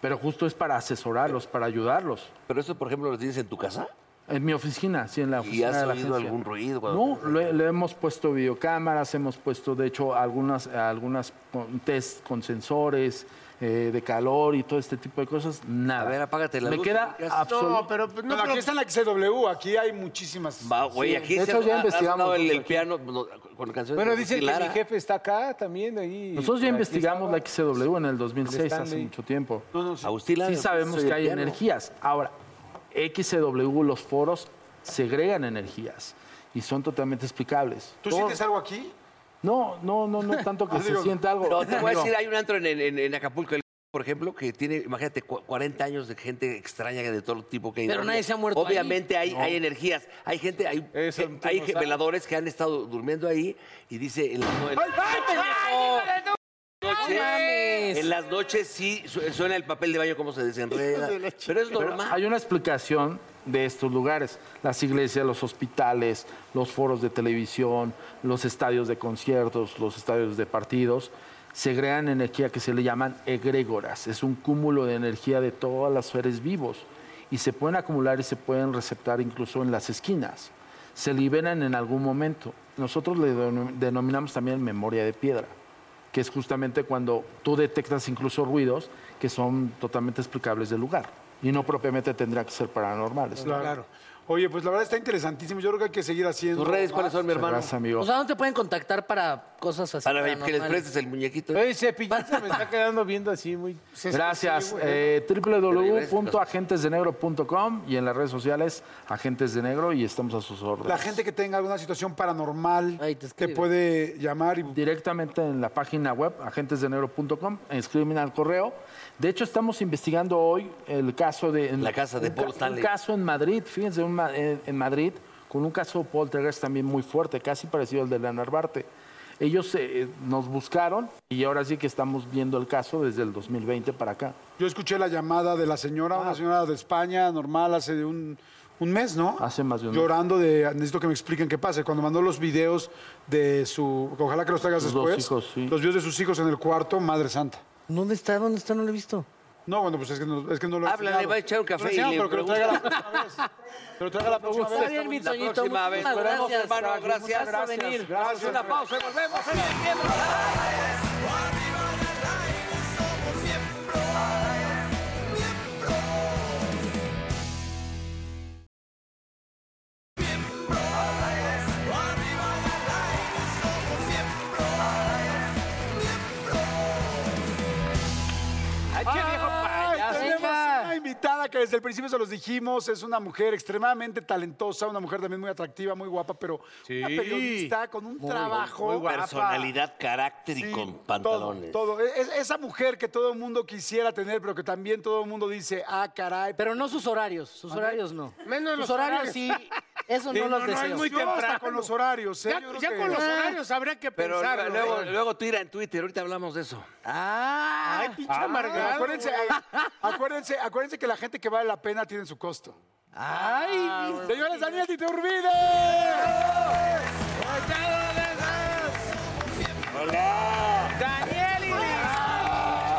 Pero justo es para asesorarlos, para ayudarlos.
Pero eso, por ejemplo, lo tienes en tu casa.
En mi oficina, sí, en la
¿Y
oficina.
has
de la
oído
agencia.
algún ruido? cuando-
No, le, le hemos puesto videocámaras, hemos puesto, de hecho, algunas, algunas con- test con sensores eh, de calor y todo este tipo de cosas. Nada.
A ver, apágate la
Me
luz,
queda
¿qué haces?
absolutamente.
pero pues, no,
Bueno, aquí está en la XW, aquí hay muchísimas.
Va, güey, aquí
de
se
hecho, ya
ha- ha
investigamos
sonado el, el
aquí.
piano no, con canciones.
Bueno,
de
dicen
Agustín
que
Lara.
mi jefe está acá también. Ahí,
Nosotros ya
Aquí
investigamos la
estaba.
XW en el 2006, hace
Stanley.
mucho tiempo.
No, no, sí.
Agustín Lara,
Sí sabemos
soy
que
el
hay
piano.
energías. Ahora, XW, los foros segregan energías y son totalmente explicables.
¿Tú
Todo-
sientes algo aquí? Ah,
No, no, no, no tanto
<laughs>
que se
Digo,
sienta algo.
Ah, No, te voy a
Digo,
decir, hay un antro en, en- en Acapulco, el- por ejemplo, que tiene, imagínate, cu- 40 años de gente extraña de todo tipo que hay.
Pero nadie se ha muerto ahí.
Obviamente hay, hay energías, hay gente, hay,
Eso
eh,
tú
hay
no
ge-
ah.
sabes.
veladores que han estado durmiendo ahí y dice en las, no- en-
mames!
en las noches sí su- suena el papel de baño cómo se desenreda. Pero es
pero
ah,
normal.
hay una explicación de estos lugares, las iglesias, los hospitales, los foros de televisión, los estadios de conciertos, los estadios de partidos, segregan energía que se le llaman egrégoras, es un cúmulo de energía de todos los seres vivos y se pueden acumular y se pueden receptar incluso en las esquinas, se liberan en algún momento. Nosotros le denom- denominamos también memoria de piedra que es justamente cuando tú detectas incluso ruidos que son totalmente explicables del lugar y no propiamente tendría que ser paranormales.
Claro. Oye, pues la verdad está interesantísimo. Yo creo que hay que seguir haciendo.
¿Tus redes cuáles son, mi hermano?
Gracias, amigo.
O sea, ¿dónde te pueden contactar para cosas así?
Para que les
paranormales?
prestes el muñequito.
Oye, Cepillín se me está quedando viendo así muy...
Gracias. eh, www.agentesdenegro.com y en las redes sociales Agentes de Negro y estamos a sus órdenes.
La gente que tenga alguna situación paranormal
Ahí te
te
escribe.
puede llamar y
directamente en la página web agentesdenegro.com, escríbeme al correo. De hecho, estamos investigando hoy el caso de...
La casa de
un
Paul
ca-
Stanley.
Un caso en Madrid, fíjense, un ma- en, en Madrid, con un caso poltergeist también muy fuerte, casi parecido al de la Narvarte. Ellos eh, nos buscaron y ahora sí que estamos viendo el caso desde el 2020 para acá.
Yo escuché la llamada de la señora,
Ah.
una señora de España, normal, hace un, un mes, ¿no?
Hace más de un mes.
Llorando de, necesito que me expliquen qué pasa. Cuando mandó los videos de su, ojalá que los traigas
Sus dos
después.
hijos, sí.
Los videos de sus hijos en el cuarto, Madre Santa.
¿Dónde está? ¿Dónde está? No lo he visto.
No, bueno, pues es que no, es que no lo he
Háblale,
enseñado.
va a echar
No
un
lo he
café y
enseñado,
le
pero que lo traiga la próxima vez. Que lo traiga la próxima
Está
vez.
bien, mi
La
Toñito.
próxima vez.
muchísimas
Esperemos,
gracias.
hermano,
Muchas
gracias.
Gracias por venir.
Hacemos una pausa y volvemos en el tiempo. <laughs>
Ay, tenemos
Venga.
una invitada que desde el principio se los dijimos, es una mujer extremadamente talentosa, una mujer también muy atractiva, muy guapa, pero
Sí.
una periodista con un trabajo.
muy guapa.
Personalidad, carácter
Sí,
y con
todo,
pantalones.
Todo, e, Es- esa mujer que todo el mundo quisiera tener, pero que también todo el mundo dice, ah, caray.
Pero no sus horarios. Sus horarios no.
Menos
sus
los
horarios
horarios. <laughs>
sí. Eso
Sí,
no los
no, no, es
deseo.
muy
Yo hasta
temprano.
con los horarios, ¿eh?
Ya,
Yo creo
ya
que-
con los horarios habrá que
Pero
pensarlo.
luego,
¿eh?
luego tú ir en Twitter, ahorita hablamos de eso.
Ah.
Ay, pinche
Pero
amargado.
acuérdense, acuérdense, acuérdense que la gente que vale la pena tiene su costo.
Ah,
Ay.
Señores, Daniel Titeurvide.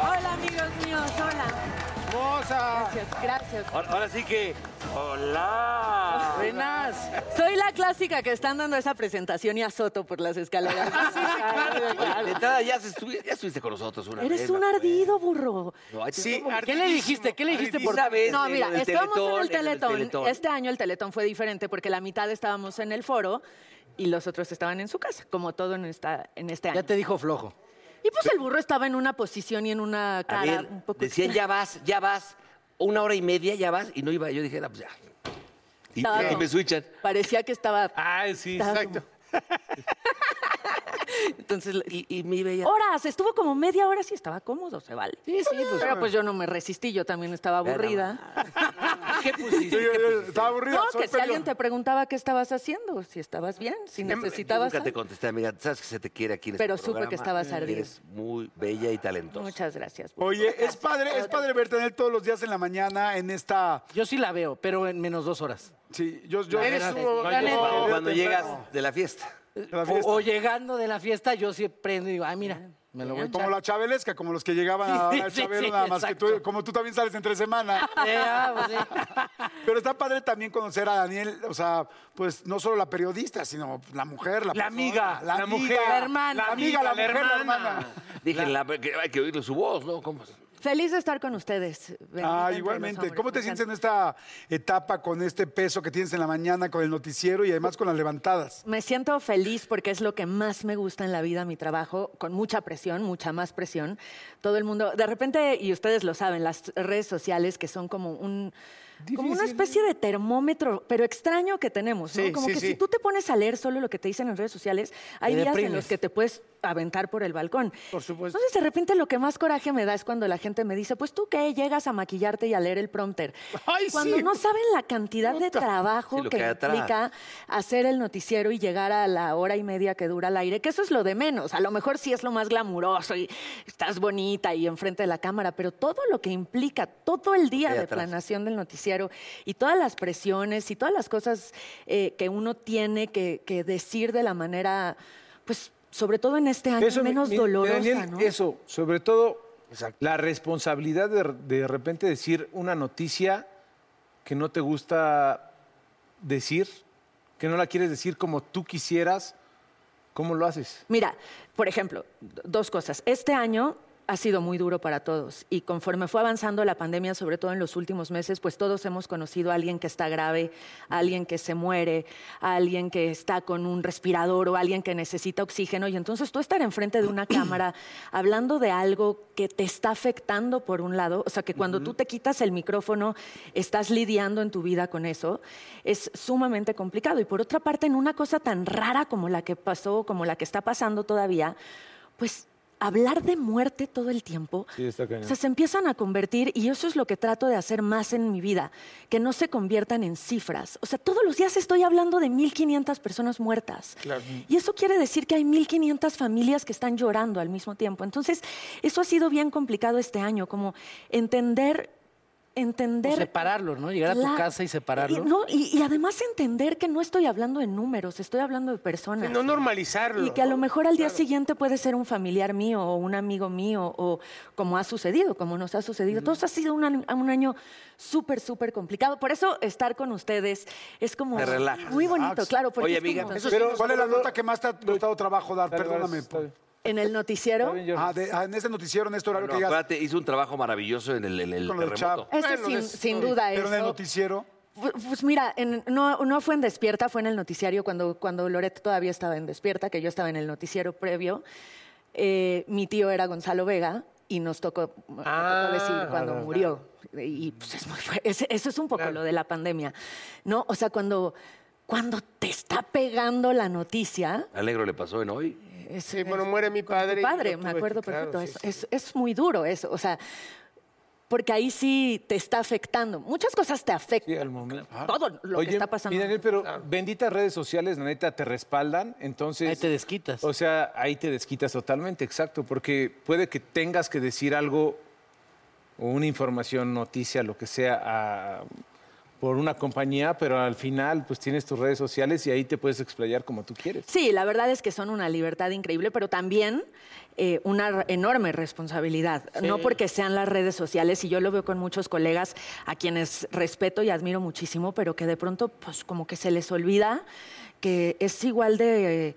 Hola amigos míos, hola.
Hermosa.
Gracias, gracias.
Ahora, ahora sí que. ¡Hola!
Buenas.
Soy la clásica que están dando esa presentación y a Soto por las
<laughs>
escaleras.
Oye, de entrada ya, se estuvi- ya estuviste con nosotros una vez.
Eres un
me acuerdo.
ardido, burro.
No, ahí te
Sí,
estamos-
¿Qué le dijiste? ¿Qué le dijiste por
Ardidísimo. vez
No,
en
mira,
el
estábamos en el
Teletón,
teletón.
en el Teletón.
Este año el teletón fue diferente porque la mitad estábamos en el foro y los otros estaban en su casa, como todo en, esta, en este año.
Ya te dijo flojo.
Y pues el burro estaba en una posición y en una cara
A ver,
un poco.
decían, ya vas, ya vas. Una hora y media, ya vas. Y no iba. Yo dije, "Ah, pues ya. Y,
Estaba-
y me switchan.
Parecía que estaba.
Ah, sí,
exacto.
<laughs> Entonces, y, y me iba ya.
Horas, estuvo como media hora, sí estaba cómodo, se vale. Sí, sí,
pues,
Pero pues yo no me resistí, yo también estaba
Ve nada
aburrida.
¿Qué pusiste?
Yo- yo- yo
este,
estaba aburrido.
No,
soy
que si
peleón.
alguien te preguntaba qué estabas haciendo, si estabas bien, si
Yo
necesitabas.
Nunca te
algo.
contesté, amiga. Sabes que se te quiere aquí en este
Pero supe que
programa.
estabas ardida.
Eres muy bella y talentosa.
Muchas gracias.
Oye, es padre, es padre verte en él todos los días en la mañana en esta.
Yo sí la veo, pero en menos dos horas.
Sí, yo. yo
Eres
No,
un-
yo-
la neta.
no,
Cuando
yo-
llegas de la fiesta.
la
O,
fiesta.
o llegando de la fiesta, yo sí prendo y digo, ah, mira, me lo voy a echar.
Como la Chabelesca, como los que llegaban a
Sí,
la
sí,
Chabelo,
sí,
nada más que
exacto.
tú, como tú también sales entre
<laughs>
semana.
Sí, ah, pues sí.
<laughs> Pero está padre también conocer a Daniel, o sea, pues no solo la periodista, sino la mujer, la,
La
persona,
amiga, la
amiga,
mujer,
la
la
hermana, la amiga, la, mujer, la hermana.
Dije, la- que hay que oírle su voz, ¿no? ¿Cómo?
Feliz de estar con ustedes. Bendita
Ah,
entre los
igualmente.
hombres,
¿Cómo te
me
sientes en esta etapa con este peso que tienes en la mañana, con el noticiero y además con las levantadas?
Me siento feliz porque es lo que más me gusta en la vida, mi trabajo, con mucha presión, mucha más presión. Todo el mundo, de repente, y ustedes lo saben, las redes sociales que son como un... Como una especie de termómetro, pero extraño que tenemos, ¿no?
Sí,
como
sí,
que
sí.
si tú te pones a leer solo lo que te dicen en redes sociales, hay días en los
deprimes.
que te puedes aventar por el balcón.
Por supuesto.
Entonces, de repente, lo que más coraje me da es cuando la gente me dice, pues tú qué, llegas a maquillarte y a leer el prompter.
Ay,
cuando
sí.
no saben la cantidad de trabajo
Sí, lo
que,
que hay atrás.
implica hacer el noticiero y llegar a la hora y media que dura el aire, que eso es lo de menos. A lo mejor sí es lo más glamuroso y estás bonita y enfrente de la cámara, pero todo lo que implica todo el día
Ahí
de
atrás.
planación del noticiero y todas las presiones y todas las cosas eh, que uno tiene que, que decir de la manera, pues sobre todo en este año,
Eso, mi-
menos
mi-
dolorosa,
Daniel,
¿no?
Eso, sobre todo, la responsabilidad de de repente decir una noticia que no te gusta decir, que no la quieres decir como tú quisieras, ¿cómo lo haces?
Mira, por ejemplo, d- dos cosas. Este año ha sido muy duro para todos y conforme fue avanzando la pandemia, sobre todo en los últimos meses, pues todos hemos conocido a alguien que está grave, a alguien que se muere, a alguien que está con un respirador o a alguien que necesita oxígeno y entonces tú estar enfrente de una cámara hablando de algo que te está afectando por un lado, o sea, que cuando tú te quitas el micrófono estás lidiando en tu vida con eso, es sumamente complicado y por otra parte en una cosa tan rara como la que pasó, como la que está pasando todavía, pues hablar de muerte todo el tiempo.
Sí, está
O
cañón.
sea, se empiezan a convertir, y eso es lo que trato de hacer más en mi vida, que no se conviertan en cifras. O sea, todos los días estoy hablando de 1.500 personas muertas. Y eso quiere decir que hay 1.500 familias que están llorando al mismo tiempo. Entonces, eso ha sido bien complicado este año, como entender... Entender
O separarlo, ¿no? Llegar a tu
la-
casa y separarlo.
Y, no, y- y además entender que no estoy hablando de números, estoy hablando de personas.
No normalizarlo.
Y que a lo mejor al día siguiente puede ser un familiar mío o un amigo mío o como ha sucedido, como nos ha sucedido. Todo esto ha sido un, an- un año súper, súper complicado. Por eso estar con ustedes es como
Te relajas.
muy bonito, claro. Porque
Oye,
es como-
amiga,
Ah, Eso sí nos- ¿Cuál es la nota que más te ha costado trabajo dar?
Dale,
Perdóname.
está bien.
en el noticiero,
bien, yo-
Ah, de- ah, en este noticiero, en este horario
No,
que digas,
acuérdate, hizo un trabajo maravilloso en el, en el
Con lo del
terremoto.
Chapo.
eso
Bueno,
sin,
es-
sin duda
pero en el
eso.
noticiero.
Pu- Pues mira, en- no, no fue en Despierta, fue en el noticiario cuando, cuando Loret todavía estaba en Despierta, que yo estaba en el noticiero previo. Eh, mi tío era Gonzalo Vega y nos tocó, me tocó
Ah,
decir cuando murió. <laughs> Y pues es muy fuerte. Es- eso es un poco lo de la pandemia, ¿no? O sea, cuando, cuando te está pegando la noticia,
Alegro le pasó en hoy.
es,
Sí, bueno, muere mi
tu
padre. y
padre,
yo
me
tuve-
acuerdo
claro,
perfecto.
sí,
es,
sí.
es- es muy duro eso, o sea, porque ahí sí te está afectando. Muchas cosas te afectan.
Sí, al momento.
Todo lo
Oye,
que está pasando.
mi Daniel, pero benditas redes sociales, la neta, te respaldan, entonces...
Ahí te desquitas.
O sea, ahí te desquitas totalmente, exacto, porque puede que tengas que decir algo, o una información, noticia, lo que sea, a- por una compañía, pero al final pues tienes tus redes sociales y ahí te puedes explayar como tú quieres.
Sí, la verdad es que son una libertad increíble, pero también eh, una r- enorme responsabilidad. No porque sean las redes sociales, y yo lo veo con muchos colegas a quienes respeto y admiro muchísimo, pero que de pronto, pues como que se les olvida que es igual de eh,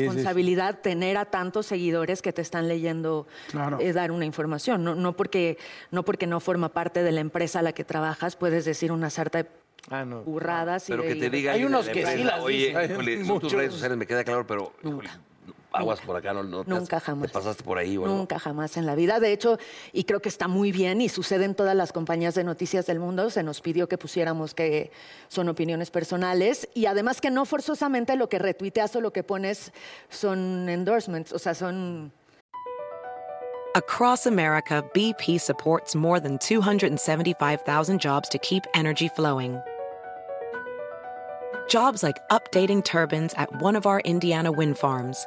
responsabilidad tener a tantos seguidores que te están leyendo
Claro.
eh, dar una información. No, no, porque, no porque no forma parte de la empresa a la que trabajas, puedes decir una sarta de
Ah, no.
burradas. y
Pero
de-
que te digan.
Hay unos que sí las
¿eh?
Oye,
dicen.
híjole, son tus
Muchos.
redes sociales, me queda claro, pero. híjole, aguas por acá, no, no te has-
Nunca jamás.
Te pasaste por ahí o algo.
Nunca jamás en la vida. De hecho, y creo que está muy bien y sucede en todas las compañías de noticias del mundo, se nos pidió que pusiéramos que son opiniones personales y además que no forzosamente lo que retuiteas o lo que pones son endorsements, o sea, son...
Across America, BP supports more than 275,000 jobs to keep energy flowing. Jobs like updating turbines at one of our Indiana wind farms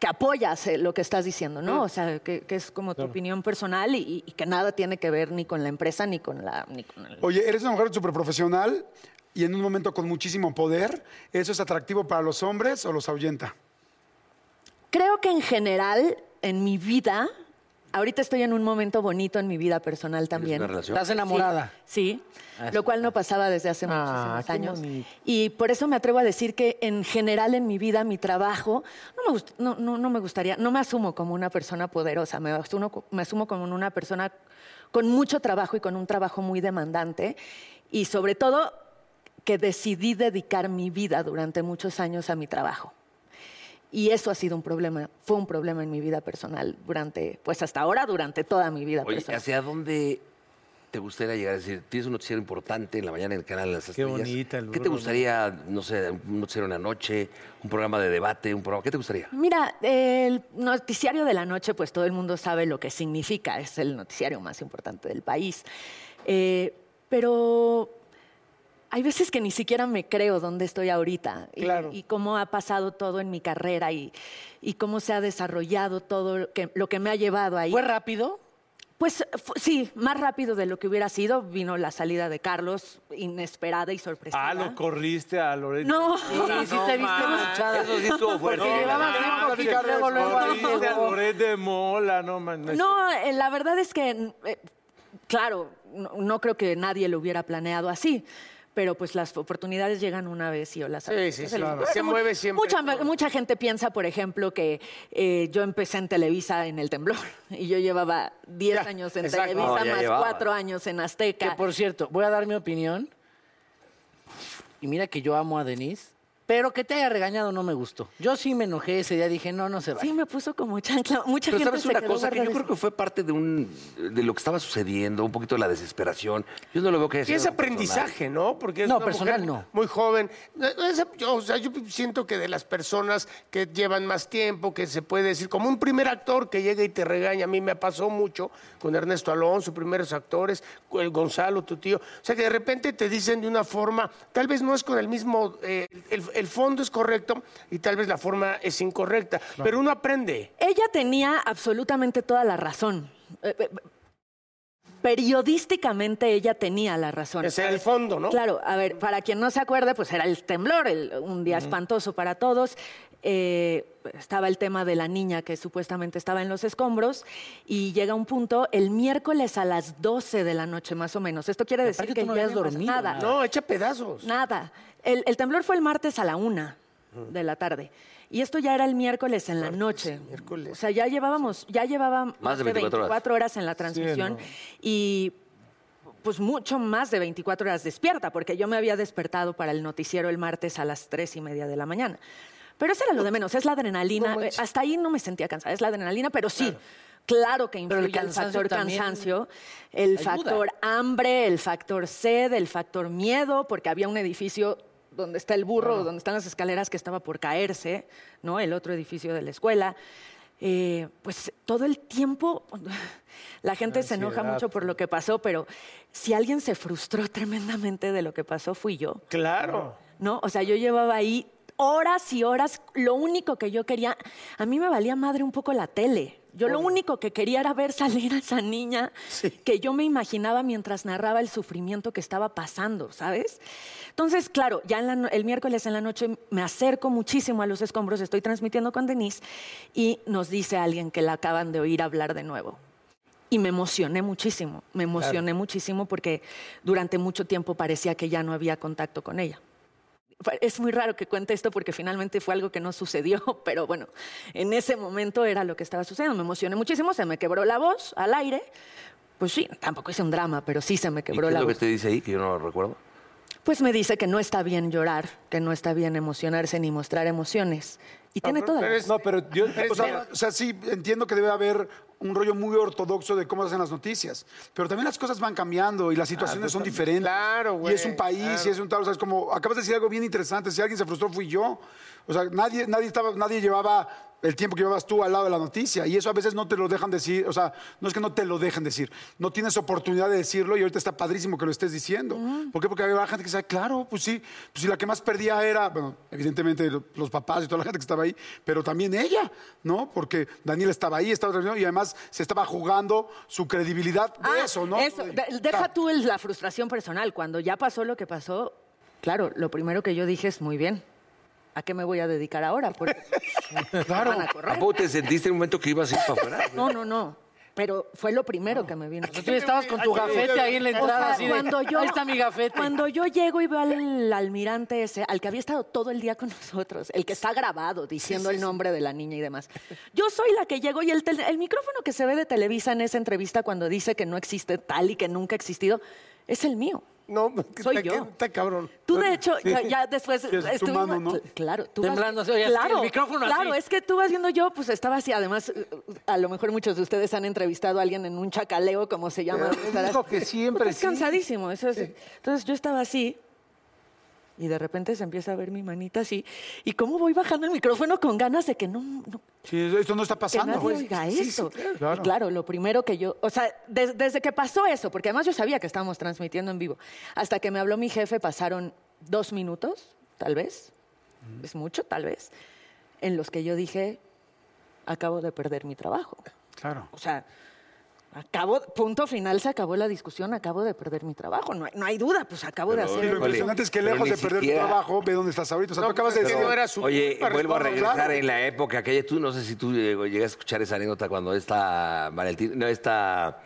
que apoyas eh, lo que estás diciendo, ¿no? O sea, que, que es como tu opinión personal y, y que nada tiene que ver ni con la empresa ni con la... Ni con el-
Oye, eres una mujer súper profesional y en un momento con muchísimo poder. ¿Eso es atractivo para los hombres o los ahuyenta?
Creo que en general, en mi vida, ahorita estoy en un momento bonito en mi vida personal también.
una relación?
¿Estás enamorada?
Sí, sí,
Ah,
lo cual no pasaba desde hace
Ah,
muchísimos
qué
años.
bonito.
Y por eso me atrevo a decir que en general en mi vida, mi trabajo, no me, gust- no, no- no me gustaría, no me asumo como una persona poderosa, me asumo, co- me asumo como una persona con mucho trabajo y con un trabajo muy demandante. Y sobre todo que decidí dedicar mi vida durante muchos años a mi trabajo. Y eso ha sido un problema, fue un problema en mi vida personal durante, pues hasta ahora, durante toda mi vida
Oye,
personal.
¿hacia dónde te gustaría llegar? Es decir, tienes un noticiero importante en la mañana en el canal de las
Qué
estrellas.
bonita, el
¿Qué te
burro, ¿no?
gustaría, no sé, un noticiero en la noche, un programa de debate, un programa? ¿Qué te gustaría?
Mira, el noticiario de la noche, pues todo el mundo sabe lo que significa, es el noticiario más importante del país. Eh, pero hay veces que ni siquiera me creo dónde estoy ahorita y-
Claro.
y, cómo ha pasado todo en mi carrera y, y cómo se ha desarrollado todo lo que, lo que me ha llevado ahí.
¿Fue rápido?
Pues fu- sí, más rápido de lo que hubiera sido. Vino la salida de Carlos, inesperada y sorpresiva.
Ah, lo corriste a Loreto.
No.
Sí, sí te viste manchada.
Eso sí estuvo fuerte.
Porque
No,
llevaba
no,
tiempo
no,
que
Ricardo,
luego, luego ahí
corriste a
llegó.
Loret de Mola, no, man. no es
No, eh, la verdad es que, eh, claro, no, no creo que nadie lo hubiera planeado así. Pero pues las oportunidades llegan una vez y o las
Sí,
otras.
sí,
Entonces,
claro.
lo-
Se mueve siempre
Mucha,
todo.
mucha gente piensa, por ejemplo, que eh, yo empecé en Televisa en el temblor <laughs> y yo llevaba 10
Ya,
años en
exacto.
No,
Televisa
ya
más
llevaba.
4 años en Azteca.
Que por cierto, voy a dar mi opinión. Y mira que yo amo a Denise, pero que te haya regañado no me gustó. Yo sí me enojé ese día, dije, no, no se va.
Sí, me puso como chancla. Mucha
Pero
gente
sabes
se
una
quedó
cosa, que yo
guardada.
creo que fue parte de un de lo que estaba sucediendo, un poquito de la desesperación. Yo no lo veo que haya
Sí,
sido
es
algo personal.
aprendizaje, ¿no? Porque es
No,
una
personal
mujer
no.
Muy joven. No, no, es- yo, o sea, yo siento que de las personas que llevan más tiempo, que se puede decir, como un primer actor que llega y te regaña, a mí me pasó mucho con Ernesto Alonso, primeros actores, con el Gonzalo, tu tío. O sea, que de repente te dicen de una forma, tal vez no es con el mismo, eh, el, el fondo es correcto y tal vez la forma es incorrecta, pero uno aprende.
Ella tenía absolutamente toda la razón. Eh, eh, Periodísticamente ella tenía la razón.
Ese era el fondo, ¿no?
Claro, a ver, para quien no se acuerde, pues era el temblor, el- un día espantoso para todos. Eh, estaba el tema de la niña que supuestamente estaba en los escombros y llega un punto el miércoles a las 12 de la noche más o menos. Esto quiere decir
aparte
que
tú no
ya
habías
no pasó
dormido,
nada.
nada.
No, echa pedazos.
Nada. El, el temblor fue el martes a la una de la tarde. Y esto ya era el miércoles en la noche. O sea, ya llevábamos, ya llevaba más,
de 24 horas.
horas en la transmisión. Y pues mucho más de 24 horas despierta, porque yo me había despertado para el noticiero el martes a las tres y media de la mañana. Pero eso era lo de menos, es la adrenalina. Eh, Hasta ahí no me sentía cansada, es la adrenalina, pero sí, claro, que
Pero
influye
el
el,
cansancio
factor
también
cansancio, el
ayuda.
factor hambre, el factor sed, el factor miedo, porque había un edificio donde está el burro, donde están las escaleras que estaba por caerse, ¿no? El otro edificio de la escuela. Eh, pues todo el tiempo <laughs> la gente se enoja
ansiedad.
mucho por lo que <laughs> pasó, pero si alguien se frustró tremendamente de lo que pasó, fui yo.
Claro.
¿no? O sea, yo llevaba ahí horas y horas, lo único que yo quería, a mí me valía madre un poco la tele. Yo lo único que quería era ver <laughs> salir a esa niña que yo me imaginaba mientras narraba el sufrimiento que estaba pasando, ¿sabes? Entonces, claro, ya en la no- el miércoles en la noche me acerco muchísimo a los escombros, estoy transmitiendo con Denise y nos dice alguien que la acaban de oír hablar de nuevo. Y me emocioné muchísimo, me emocioné muchísimo porque durante mucho tiempo parecía que ya no había contacto con ella. Fue- Es muy raro que cuente esto porque finalmente fue algo que no sucedió, <laughs> pero bueno, en ese momento era lo que estaba sucediendo. Me emocioné muchísimo, se me quebró la voz al aire. Pues sí, tampoco hice un drama, pero sí se me
¿Y
quebró
¿Qué es
la
lo que
voz.
te dice ahí? Que yo no lo recuerdo.
Pues me dice que no está bien llorar, que no está bien emocionarse ni mostrar emociones. Y
Ah,
tiene toda la razón.
No, pero yo. o, sea, o sea, sí, entiendo que debe haber un rollo muy ortodoxo de cómo hacen las noticias. Pero también las cosas van cambiando y las situaciones
pues
son
también.
diferentes.
Claro, güey,
Y es un país
claro.
y es un tal. O sea, es como. Acabas de decir algo bien interesante. Si alguien se frustró, fui yo. O sea, nadie, nadie, estaba, nadie llevaba el tiempo que llevabas tú al lado de la noticia. Y eso a veces no te lo dejan decir. O sea, no es que no te lo dejen decir. No tienes oportunidad de decirlo y ahorita está padrísimo que lo estés diciendo.
Mm.
¿Por qué? Porque había gente que decía, claro, pues sí. Pues si la que más perdía era, bueno, evidentemente lo- los papás y toda la gente que estaba ahí, pero también ella, ¿no? Porque Daniel estaba ahí, estaba reunido y además se estaba jugando su credibilidad de
Ah.
eso, ¿no?
Eso, de- deja tú el- la frustración personal. Cuando ya pasó lo que pasó, claro, lo primero que yo dije es muy bien. ¿A qué me voy a dedicar ahora?
<laughs>
Porque
Claro.
van a
¿A
correr.
poco te sentiste en un momento que ibas a ir para afuera?
<laughs> No, no, no. Pero fue lo primero que me vino.
tú estabas con tu gafete ahí en la entrada, así de,
cuando yo,
"Ahí está mi gafete".
Cuando yo llego y veo al almirante ese, al que había estado todo el día con nosotros, el que está grabado diciendo el nombre de la niña y demás. Yo soy la que llego y el, tel- el micrófono que se ve de Televisa en esa entrevista cuando dice que no existe tal y que nunca ha existido, es el mío.
No, <laughs>
soy
está,
yo.
está cabrón.
Tú, de hecho, ya, ya después
Sí, es tu
estuvimos-
mano, ¿no?
cl- Claro, tú
Temblando,
vas,
así, oye, así,
claro,
el micrófono así.
Claro, es que tú vas viendo yo, pues estaba así. Además, eh, a lo mejor muchos de ustedes han entrevistado a alguien en un chacaleo, como se
Eh,
llama. estar así.
que siempre
Estás cansadísimo. Eso es- Entonces yo estaba así. Y de repente se empieza a ver mi manita así. ¿Y cómo voy bajando el micrófono con ganas de que no, no-
Sí, esto no está pasando.
que nadie
güey.
oiga
Sí, sí,
eso.
claro.
Y claro. lo primero que yo, o sea, des- desde que pasó eso, porque además yo sabía que estábamos transmitiendo en vivo, hasta que me habló mi jefe pasaron dos minutos, tal vez,
Mm.
es mucho, tal vez, en los que yo dije, acabo de perder mi trabajo.
Claro.
O sea, acabo, punto final, se acabó la discusión, acabo de perder mi trabajo, no, hay- no hay duda, pues acabo de
Pero,
hacer...
Y lo
algo.
impresionante es que
Pero
lejos
ni
de perder
siquiera- pues,
tu trabajo, ve dónde estás ahorita. O sea, tú acabas de
Pero,
decir.
oye, vuelvo a regresar
Claro.
en la época aquella. Tú no sé si tú eh, llegas a escuchar esa anécdota cuando esta Valentín, no, esta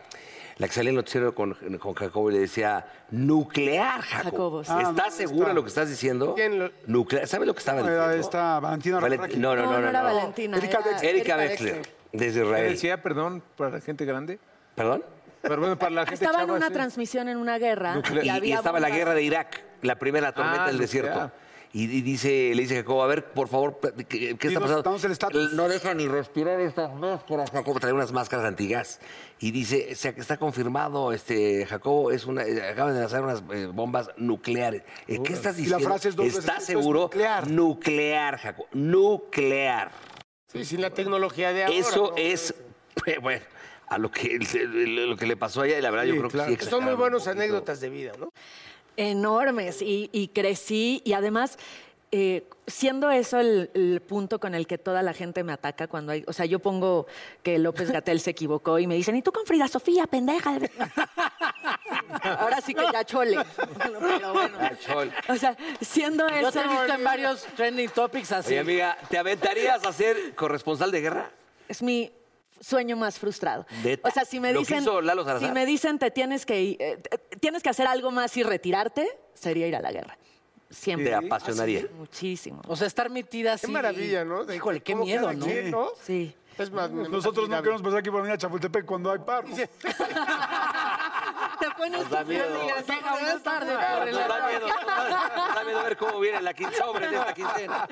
la que salía en el noticiero con, con Jacobo y le decía nuclear, Jacobo.
Jacobo, sí. Ah,
¿Estás segura de lo que estás diciendo?
¿Quién lo-
Nuclear. ¿Sabes lo que estaba diciendo?
Era Ah, esta Valentina
Valent-
Rorraki.
No, no, no, no.
era
no.
Valentina.
Erika
era
Wexler. Erika Wexler, desde
¿Qué
Israel.
decía, perdón, para la gente grande?
¿Perdón?
Pero bueno, para la gente
Estaba en
chava,
una
sí.
transmisión en una guerra.
eh? Y, y
había
estaba la
bombas.
guerra de Irak, la primera tormenta
Ah,
del
nuclear.
desierto. Y, y dice, le dice Jacobo, a ver, por favor, pl- ¿qué, qué está
Dinos,
pasando?
danos el estatus.
No dejan ni respirar estas máscaras, Jacobo. Trae unas máscaras antigas. Y dice, "Se- está confirmado, este, Jacobo, es una, eh, acaban de lanzar unas eh, bombas nucleares. Eh, ¿Qué estás
Y la
diciendo?
frase es dos veces,
¿Estás
esto es
seguro?
nuclear.
Nuclear, Jacobo. Nuclear.
Sí, sin la tecnología de ahora.
Eso
¿no?
es, <laughs> bueno, a lo que, <laughs> lo que le pasó allá, y la verdad yo creo que sí
Son muy
exageraron.
buenas anécdotas de vida, ¿no?
enormes y, y crecí y además eh, siendo eso el, el punto con el que toda la gente me ataca cuando hay, o sea, yo pongo que López Gatel se equivocó y me dicen, ¿y tú con Frida Sofía, pendeja? Ahora sí que ya chole. Pero bueno,
Chol.
o sea, siendo
Yo
eso...
te he visto en varios trending topics así.
Oye, amiga, ¿te aventarías a ser corresponsal de guerra?
Es mi sueño más frustrado.
¿Neta?
O sea, si me
¿Lo que
dicen,
hizo Lalo Salazar?
si me dicen te tienes que ir, eh, te- tienes que hacer algo más y retirarte, sería ir a la guerra. Siempre.
Te apasionaría.
Muchísimo.
<laughs> O sea, estar metida así.
Qué maravilla, ¿no? De
Híjole, qué
cómo
miedo,
cada
¿no?
quien, ¿no?
Sí.
Es más, me-
Nosotros no
admirable.
queremos pasar aquí por la avenida Chapultepec cuando hay paro.
Te pones tu
Venga, buenas tardes.
Ah, Nos da miedo, nos da- nos da miedo ver cómo viene la quince sobre de esta quincena.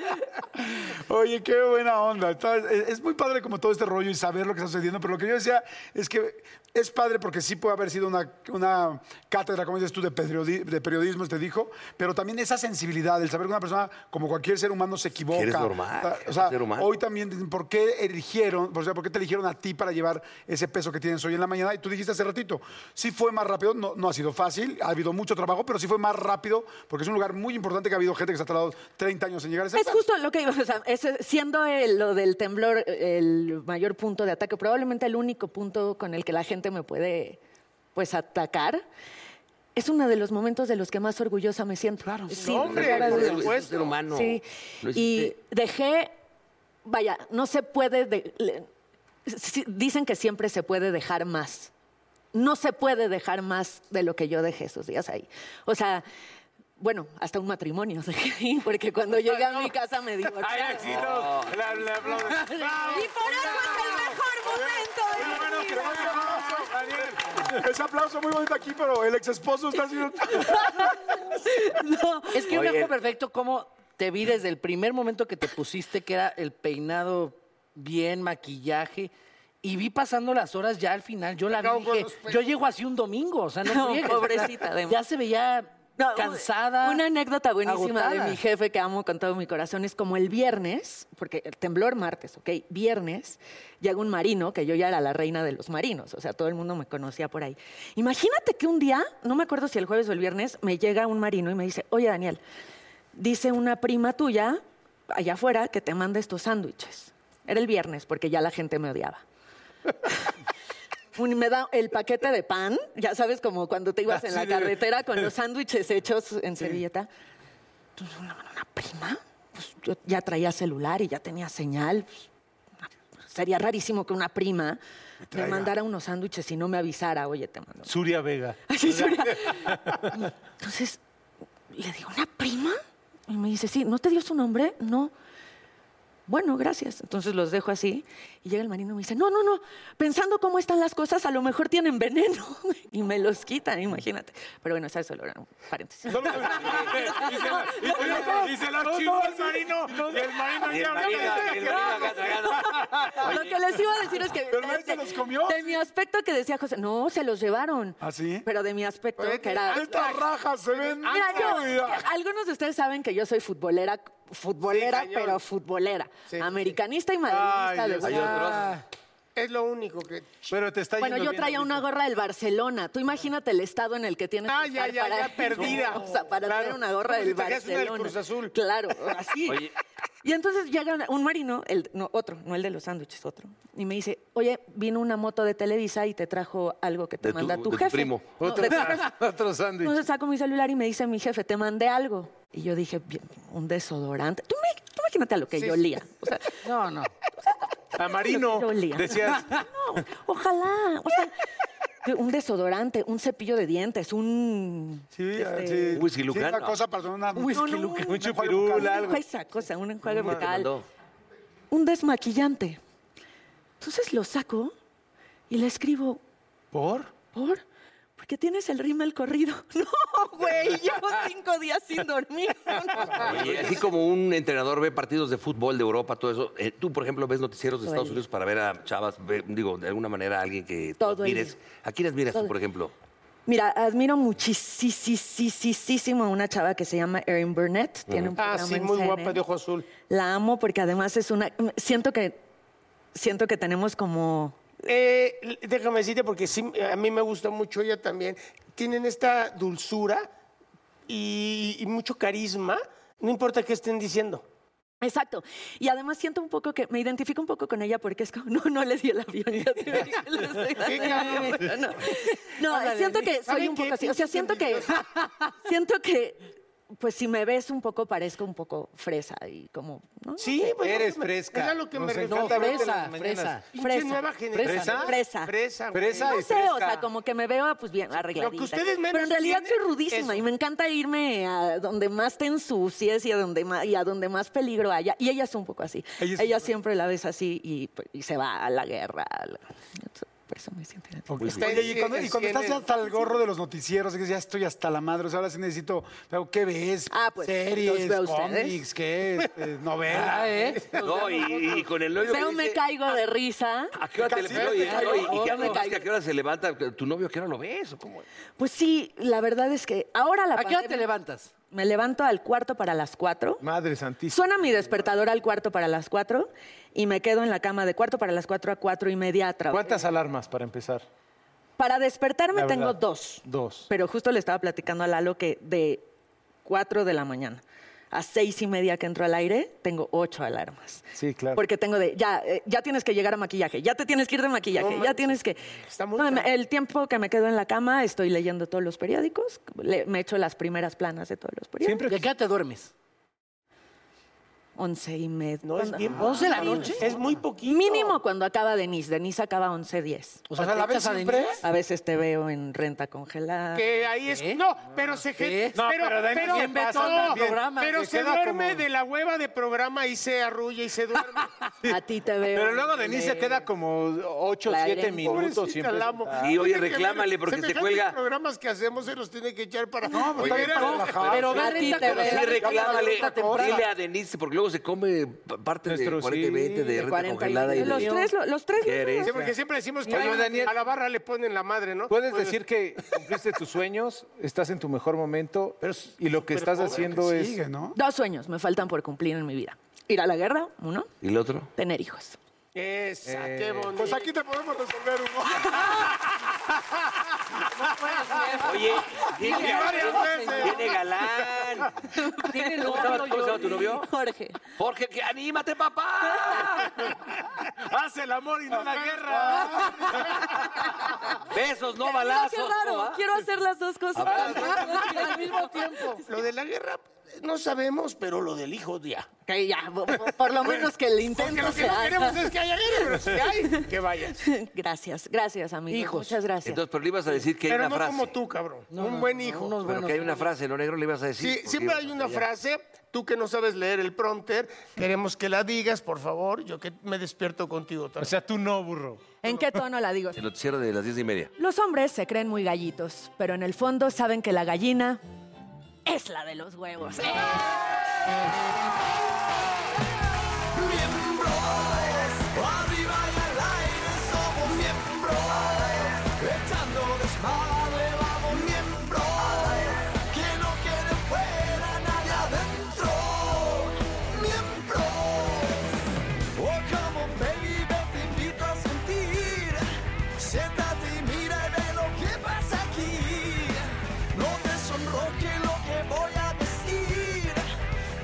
Oye, qué buena onda. Está- es, es muy padre como todo este rollo y saber lo que está sucediendo, pero lo que yo decía es que es padre porque sí puede haber sido una, una cátedra, como dices tú, de, periodi- de periodismo, te dijo, pero también esa sensibilidad, el saber que una persona, como cualquier ser humano, se equivoca.
eres normal,
O sea,
ser humano.
hoy también, dicen, ¿por qué eligieron, o sea, por qué te eligieron a ti para llevar ese peso que tienes hoy en la mañana? Y tú dijiste hace ratito, sí fue más rápido, no, no ha sido fácil, ha habido mucho trabajo, pero sí fue más rápido porque es un lugar muy importante que ha habido gente que se ha tardado 30 años en llegar a ese
Es
<laughs>
justo lo que iba, o sea, ese- siendo el- lo del temblor eh, el mayor punto de ataque, probablemente el único punto con el que la gente me puede pues atacar. Es uno de los momentos de los que más orgullosa me siento. Claro, sí,
No, hombre,
fuera de
por
duda.
supuesto. Ser humano.
Sí.
Lo
Y
hiciste.
dejé, vaya, no se puede, de- le- sí, dicen que siempre se puede dejar más. No se puede dejar más de lo que yo dejé esos días ahí. O sea, bueno, hasta un matrimonio <laughs> dejé ahí, porque
<laughs>
cuando llegué a mi casa me divorcié.
Y por eso es el mejor momento de mi vida.
Ese aplauso muy bonito aquí, pero el ex esposo
<laughs>
está haciendo.
Es que yo
Oye.
me acuerdo perfecto cómo te vi desde el primer momento que te pusiste, que era el peinado bien, maquillaje. Y vi pasando las horas ya al final. Yo la vi. y dije, yo llego así un domingo. O sea,
<laughs>
no,
No,
friegues,
pobrecita,
o sea,
además.
Ya se veía cansada.
Una anécdota buenísima
agotada.
de mi jefe que amo con todo mi corazón es como el viernes, porque el temblor martes, ¿ok? Viernes, llega un marino, que yo ya era la reina de los marinos, o sea, todo el mundo me conocía por ahí. Imagínate que un día, no me acuerdo si el jueves o el viernes, me llega un marino y me dice, oye Daniel, dice una prima tuya allá afuera que te manda estos sándwiches. Era el viernes, porque ya la gente me odiaba. Un- me da el paquete de pan, ya sabes, como cuando te ibas en
Así
la
de-
carretera con los sándwiches hechos en servilleta. Entonces, una, una prima, pues yo ya traía celular y ya tenía señal. pues, una- sería rarísimo que una prima me
traiga.
mandara unos sándwiches y no me avisara, oye, te mando.
Suria Vega.
Entonces, le digo, ¿una prima? Y me dice, sí, ¿no te dio su nombre? No. Bueno, gracias. Entonces los dejo así. Y llega el marino y me dice, no, no, no, pensando cómo están las cosas, a lo mejor tienen veneno. <laughs> Y me los quitan, imagínate. Pero bueno, eso solo era un paréntesis.
Y se la chingó el marino. Y el marino
Y el marino, y el marino acá <laughs> Lo que les iba a decir es
<laughs>
que...
Pero
<laughs>
nadie
de, de mi aspecto que decía José, no, se los llevaron.
¿Ah, sí?
Pero de mi aspecto que era...
Estas rajas se
Pues
ven.
Mira, yo-
Mira.
Ah, algunos de ustedes saben que yo soy futbolera, futbolera,
Sí, cañón.
pero futbolera. Americanista y madridista de hueso.
Ah, Es lo único que.
Pero te está
Bueno, yo traía una gorra del Barcelona. Tú imagínate el estado en el que tienes
Ah,
que
ya,
estar
ya,
para-
ya, perdida.
<laughs> O sea, para
Claro.
tener una gorra
Como
del
si trajeras una
Barcelona.
del Cruz Azul.
Claro, así. Y entonces llega una- un marino, el, no, otro, no el de los sándwiches, otro, y me dice, oye, vino una moto de Televisa y te trajo algo que te
De tu-
manda
de
tu,
tu
jefe.
primo.
No,
Otro
de tu
sá-
jefe.
otro sándwich.
Entonces saco mi celular y me dice mi jefe, te mandé algo. Y yo dije, "Bien, un desodorante. Tú, me- tú imagínate a lo que yo olía. O sea,
no, no.
A Marino.
Yo olía.
<laughs>
Decías,
No, ojalá. O sea, un desodorante, un cepillo de dientes, un.
Sí,
este,
sí.
Whisky
Sí,
Lucan,
una
no.
cosa para una.
Whisky
No, no,
Lucan.
un
un
chupirul, algo.
enjuague, esa cosa, un enjuague
Te
bucal. <laughs>
mandó.
Un desmaquillante. Entonces lo saco y le escribo,
¿por?
¿por? Porque tienes el rímel corrido. <laughs> No, güey, llevo cinco días sin dormir. <laughs>
Oye, así como un entrenador ve partidos de fútbol de Europa, todo eso, eh, tú, por ejemplo, ves noticieros de
Todo el
Estados
día.
Unidos para ver a chavas, ve- digo, de alguna manera a alguien que tú
Todo el
admires. ¿A quiénes miras
Todo.
tú, por ejemplo?
Mira, admiro muchísimo a una chava que se llama Erin Burnett. Tiene un
Ah,
programa
sí,
en
muy
CNN.
guapa de ojo azul.
La amo porque además es una. Siento que. Siento que tenemos como.
Eh, déjame decirte, porque sí, a mí me gusta mucho ella también. Tienen esta dulzura y, y mucho carisma, no importa qué estén diciendo.
Exacto. Y además siento un poco que. Me identifico un poco con ella porque es como. <laughs> No, no le di el avión. ya
<laughs>
te dije, le estoy dando el avión, pero no. No,
Ándale.
siento que soy
¿Saben
un
qué?
poco así. O sea,
Pinches
siento que. <laughs> Siento que. Pues si me ves un poco, parezco un poco fresa y como. ¿no?
Sí, pues,
Eres
lo que me-
fresca.
Era lo que
Nos
me
encanta
refería.
verte en las mañanas.
Pinche nueva generación.
Fresa.
Fresa, güey.
no sé, o sea, como que me veo pues bien arregladita.
ustedes menos
Pero en realidad
tienen,
soy rudísima
eso.
y me encanta irme a donde más te ensucies y a donde más, y a donde más peligro haya. Y ella es un poco así. Ella, siempre la ves así y, pues, y se va a la guerra. a la- soy muy científica.
Oye, y cuando, y cuando estás ya hasta el gorro de los noticieros, que ya estoy hasta la madre, o sea, ahora sí necesito, pero, ¿qué ves?
Ah, pues,
Series,
¿los ve a ustedes?
cómics, ¿qué?
<laughs>
Este, novelas.
Ah, ¿eh?
<laughs>
No, y, y con el novio.
Veo
que
me
dice, "Ah,
caigo de risa.
¿A qué hora te
Casi
le-
me
oye,
caigo.
oye, ¿y qué
Me
haces?
caigo.
¿A qué hora se levanta? ¿Tu novio a qué hora lo ves? ¿O cómo?
Pues sí, la verdad es que ahora la
¿A qué hora te
levantas? Me levanto al cuarto para las cuatro.
Madre santísima.
Suena mi despertador al cuarto para las cuatro y me quedo en la cama de cuarto para las cuatro a cuatro y media a trabajar.
¿Cuántas alarmas para empezar?
Para despertarme
La
tengo
verdad.
dos.
Dos.
Pero justo le estaba platicando a Lalo que de 4 de la mañana a seis y media que entro al aire, tengo ocho alarmas.
Sí, claro.
Porque tengo de, ya, eh, ya tienes que llegar a maquillaje, ya te tienes que ir de
No
maquillaje, ya
manches.
tienes que... No, me- el tiempo que me quedo en la cama, estoy leyendo todos los periódicos, le- me echo las primeras planas de todos los periódicos.
¿Y a qué hora te duermes?
Once y media.
No, es bien
¿Once de la
poquito.
noche?
Es muy poquito.
Mínimo cuando acaba Denise. Denise acaba 11.10.
O sea, O sea, ¿te ¿la ves echas a siempre? Denise?
A veces te veo en renta congelada.
Que ahí es. No, pero se.
Ah, ¿Qué?
No,
No,
pero,
pero Denise
pero-
bien
pero-
betona
no,
el programa,
pero
que
se
queda
duerme
como-
de la hueva de programa y se arrulla y se duerme.
<laughs> A ti te veo.
Pero luego Denise se queda como ocho,
La
siete
Denise.
minutos
Pobrecita,
siempre.
la amo.
sentada.
Tiene que ver semejantes programas que hacemos se los tiene que echar para. No,
pues,
Oye, pero, pero sí reclámale, dile a Denise, porque luego se come p- parte de
Nuestro,
40 y
sí.
20 de
De
renta
40 y
congelada. Y
20. Los
de-
tres lo- los tres
¿Qué
lo-
eres?
Sí, porque siempre decimos que
Oye,
a la-
Daniel.
a la barra le ponen la madre, ¿no?
Puedes decir que cumpliste tus sueños, estás en tu mejor momento y lo que estás haciendo es...
Dos sueños me faltan por cumplir en mi vida. Ir a la guerra, uno.
¿Y el otro?
Tener hijos.
Esa,
Eh,
qué bonito.
pues
aquí te podemos resolver uno.
<laughs>
Oye, tiene,
Dile varias veces.
tiene galán.
Tiene
<laughs> ¿Cómo se llama- cómo se llama tu novio?
Jorge.
Jorge, que anímate, papá.
Haz el amor y no la guerra.
<laughs> Besos, no
Mira,
balazos.
qué raro. Quiero hacer las dos cosas <laughs> al mismo tiempo.
Lo de la guerra no sabemos, pero lo del hijo ya.
Que ya, bo- bo- por lo menos que el intento
Porque lo que
se
no
haga.
queremos es que haya guerra, pero si hay, que vayas.
<laughs> Gracias, gracias, amigos. Muchas gracias.
Entonces, pero le ibas a decir que hay
Pero
una
no
frase.
como tú, cabrón.
No,
un
no,
buen
no,
hijo.
unos Pero que hay una frase, ¿no, negro? Le ibas a decir.
Sí,
porque
siempre hay
ibas
una
allá.
frase, tú que no sabes leer el prompter, queremos que la digas, por favor, yo que me despierto contigo. O sea,
tú no, burro.
¿En qué tono la digo?
El noticiero de las diez y media.
Los hombres se creen muy gallitos, pero en el fondo saben que la gallina es la de los huevos.
Arriba y al aire somos miembros, echando desmadre vamos miembros, que no quede fuera nadie adentro, miembros. Oh, come on baby, te invito a sentir, siéntate y mira y ve lo que pasa aquí, no te sonroje lo que voy a decir,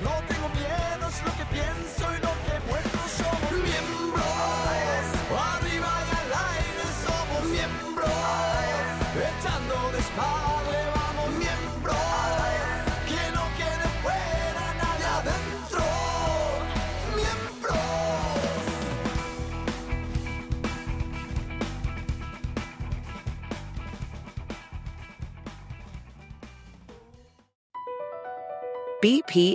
no tengo miedo, es lo que pienso y lo que muestro somos miembros. Arriba y al aire somos miembros. Echando desmadre vamos miembros. Que no quede fuera nadie adentro. Miembros.
BP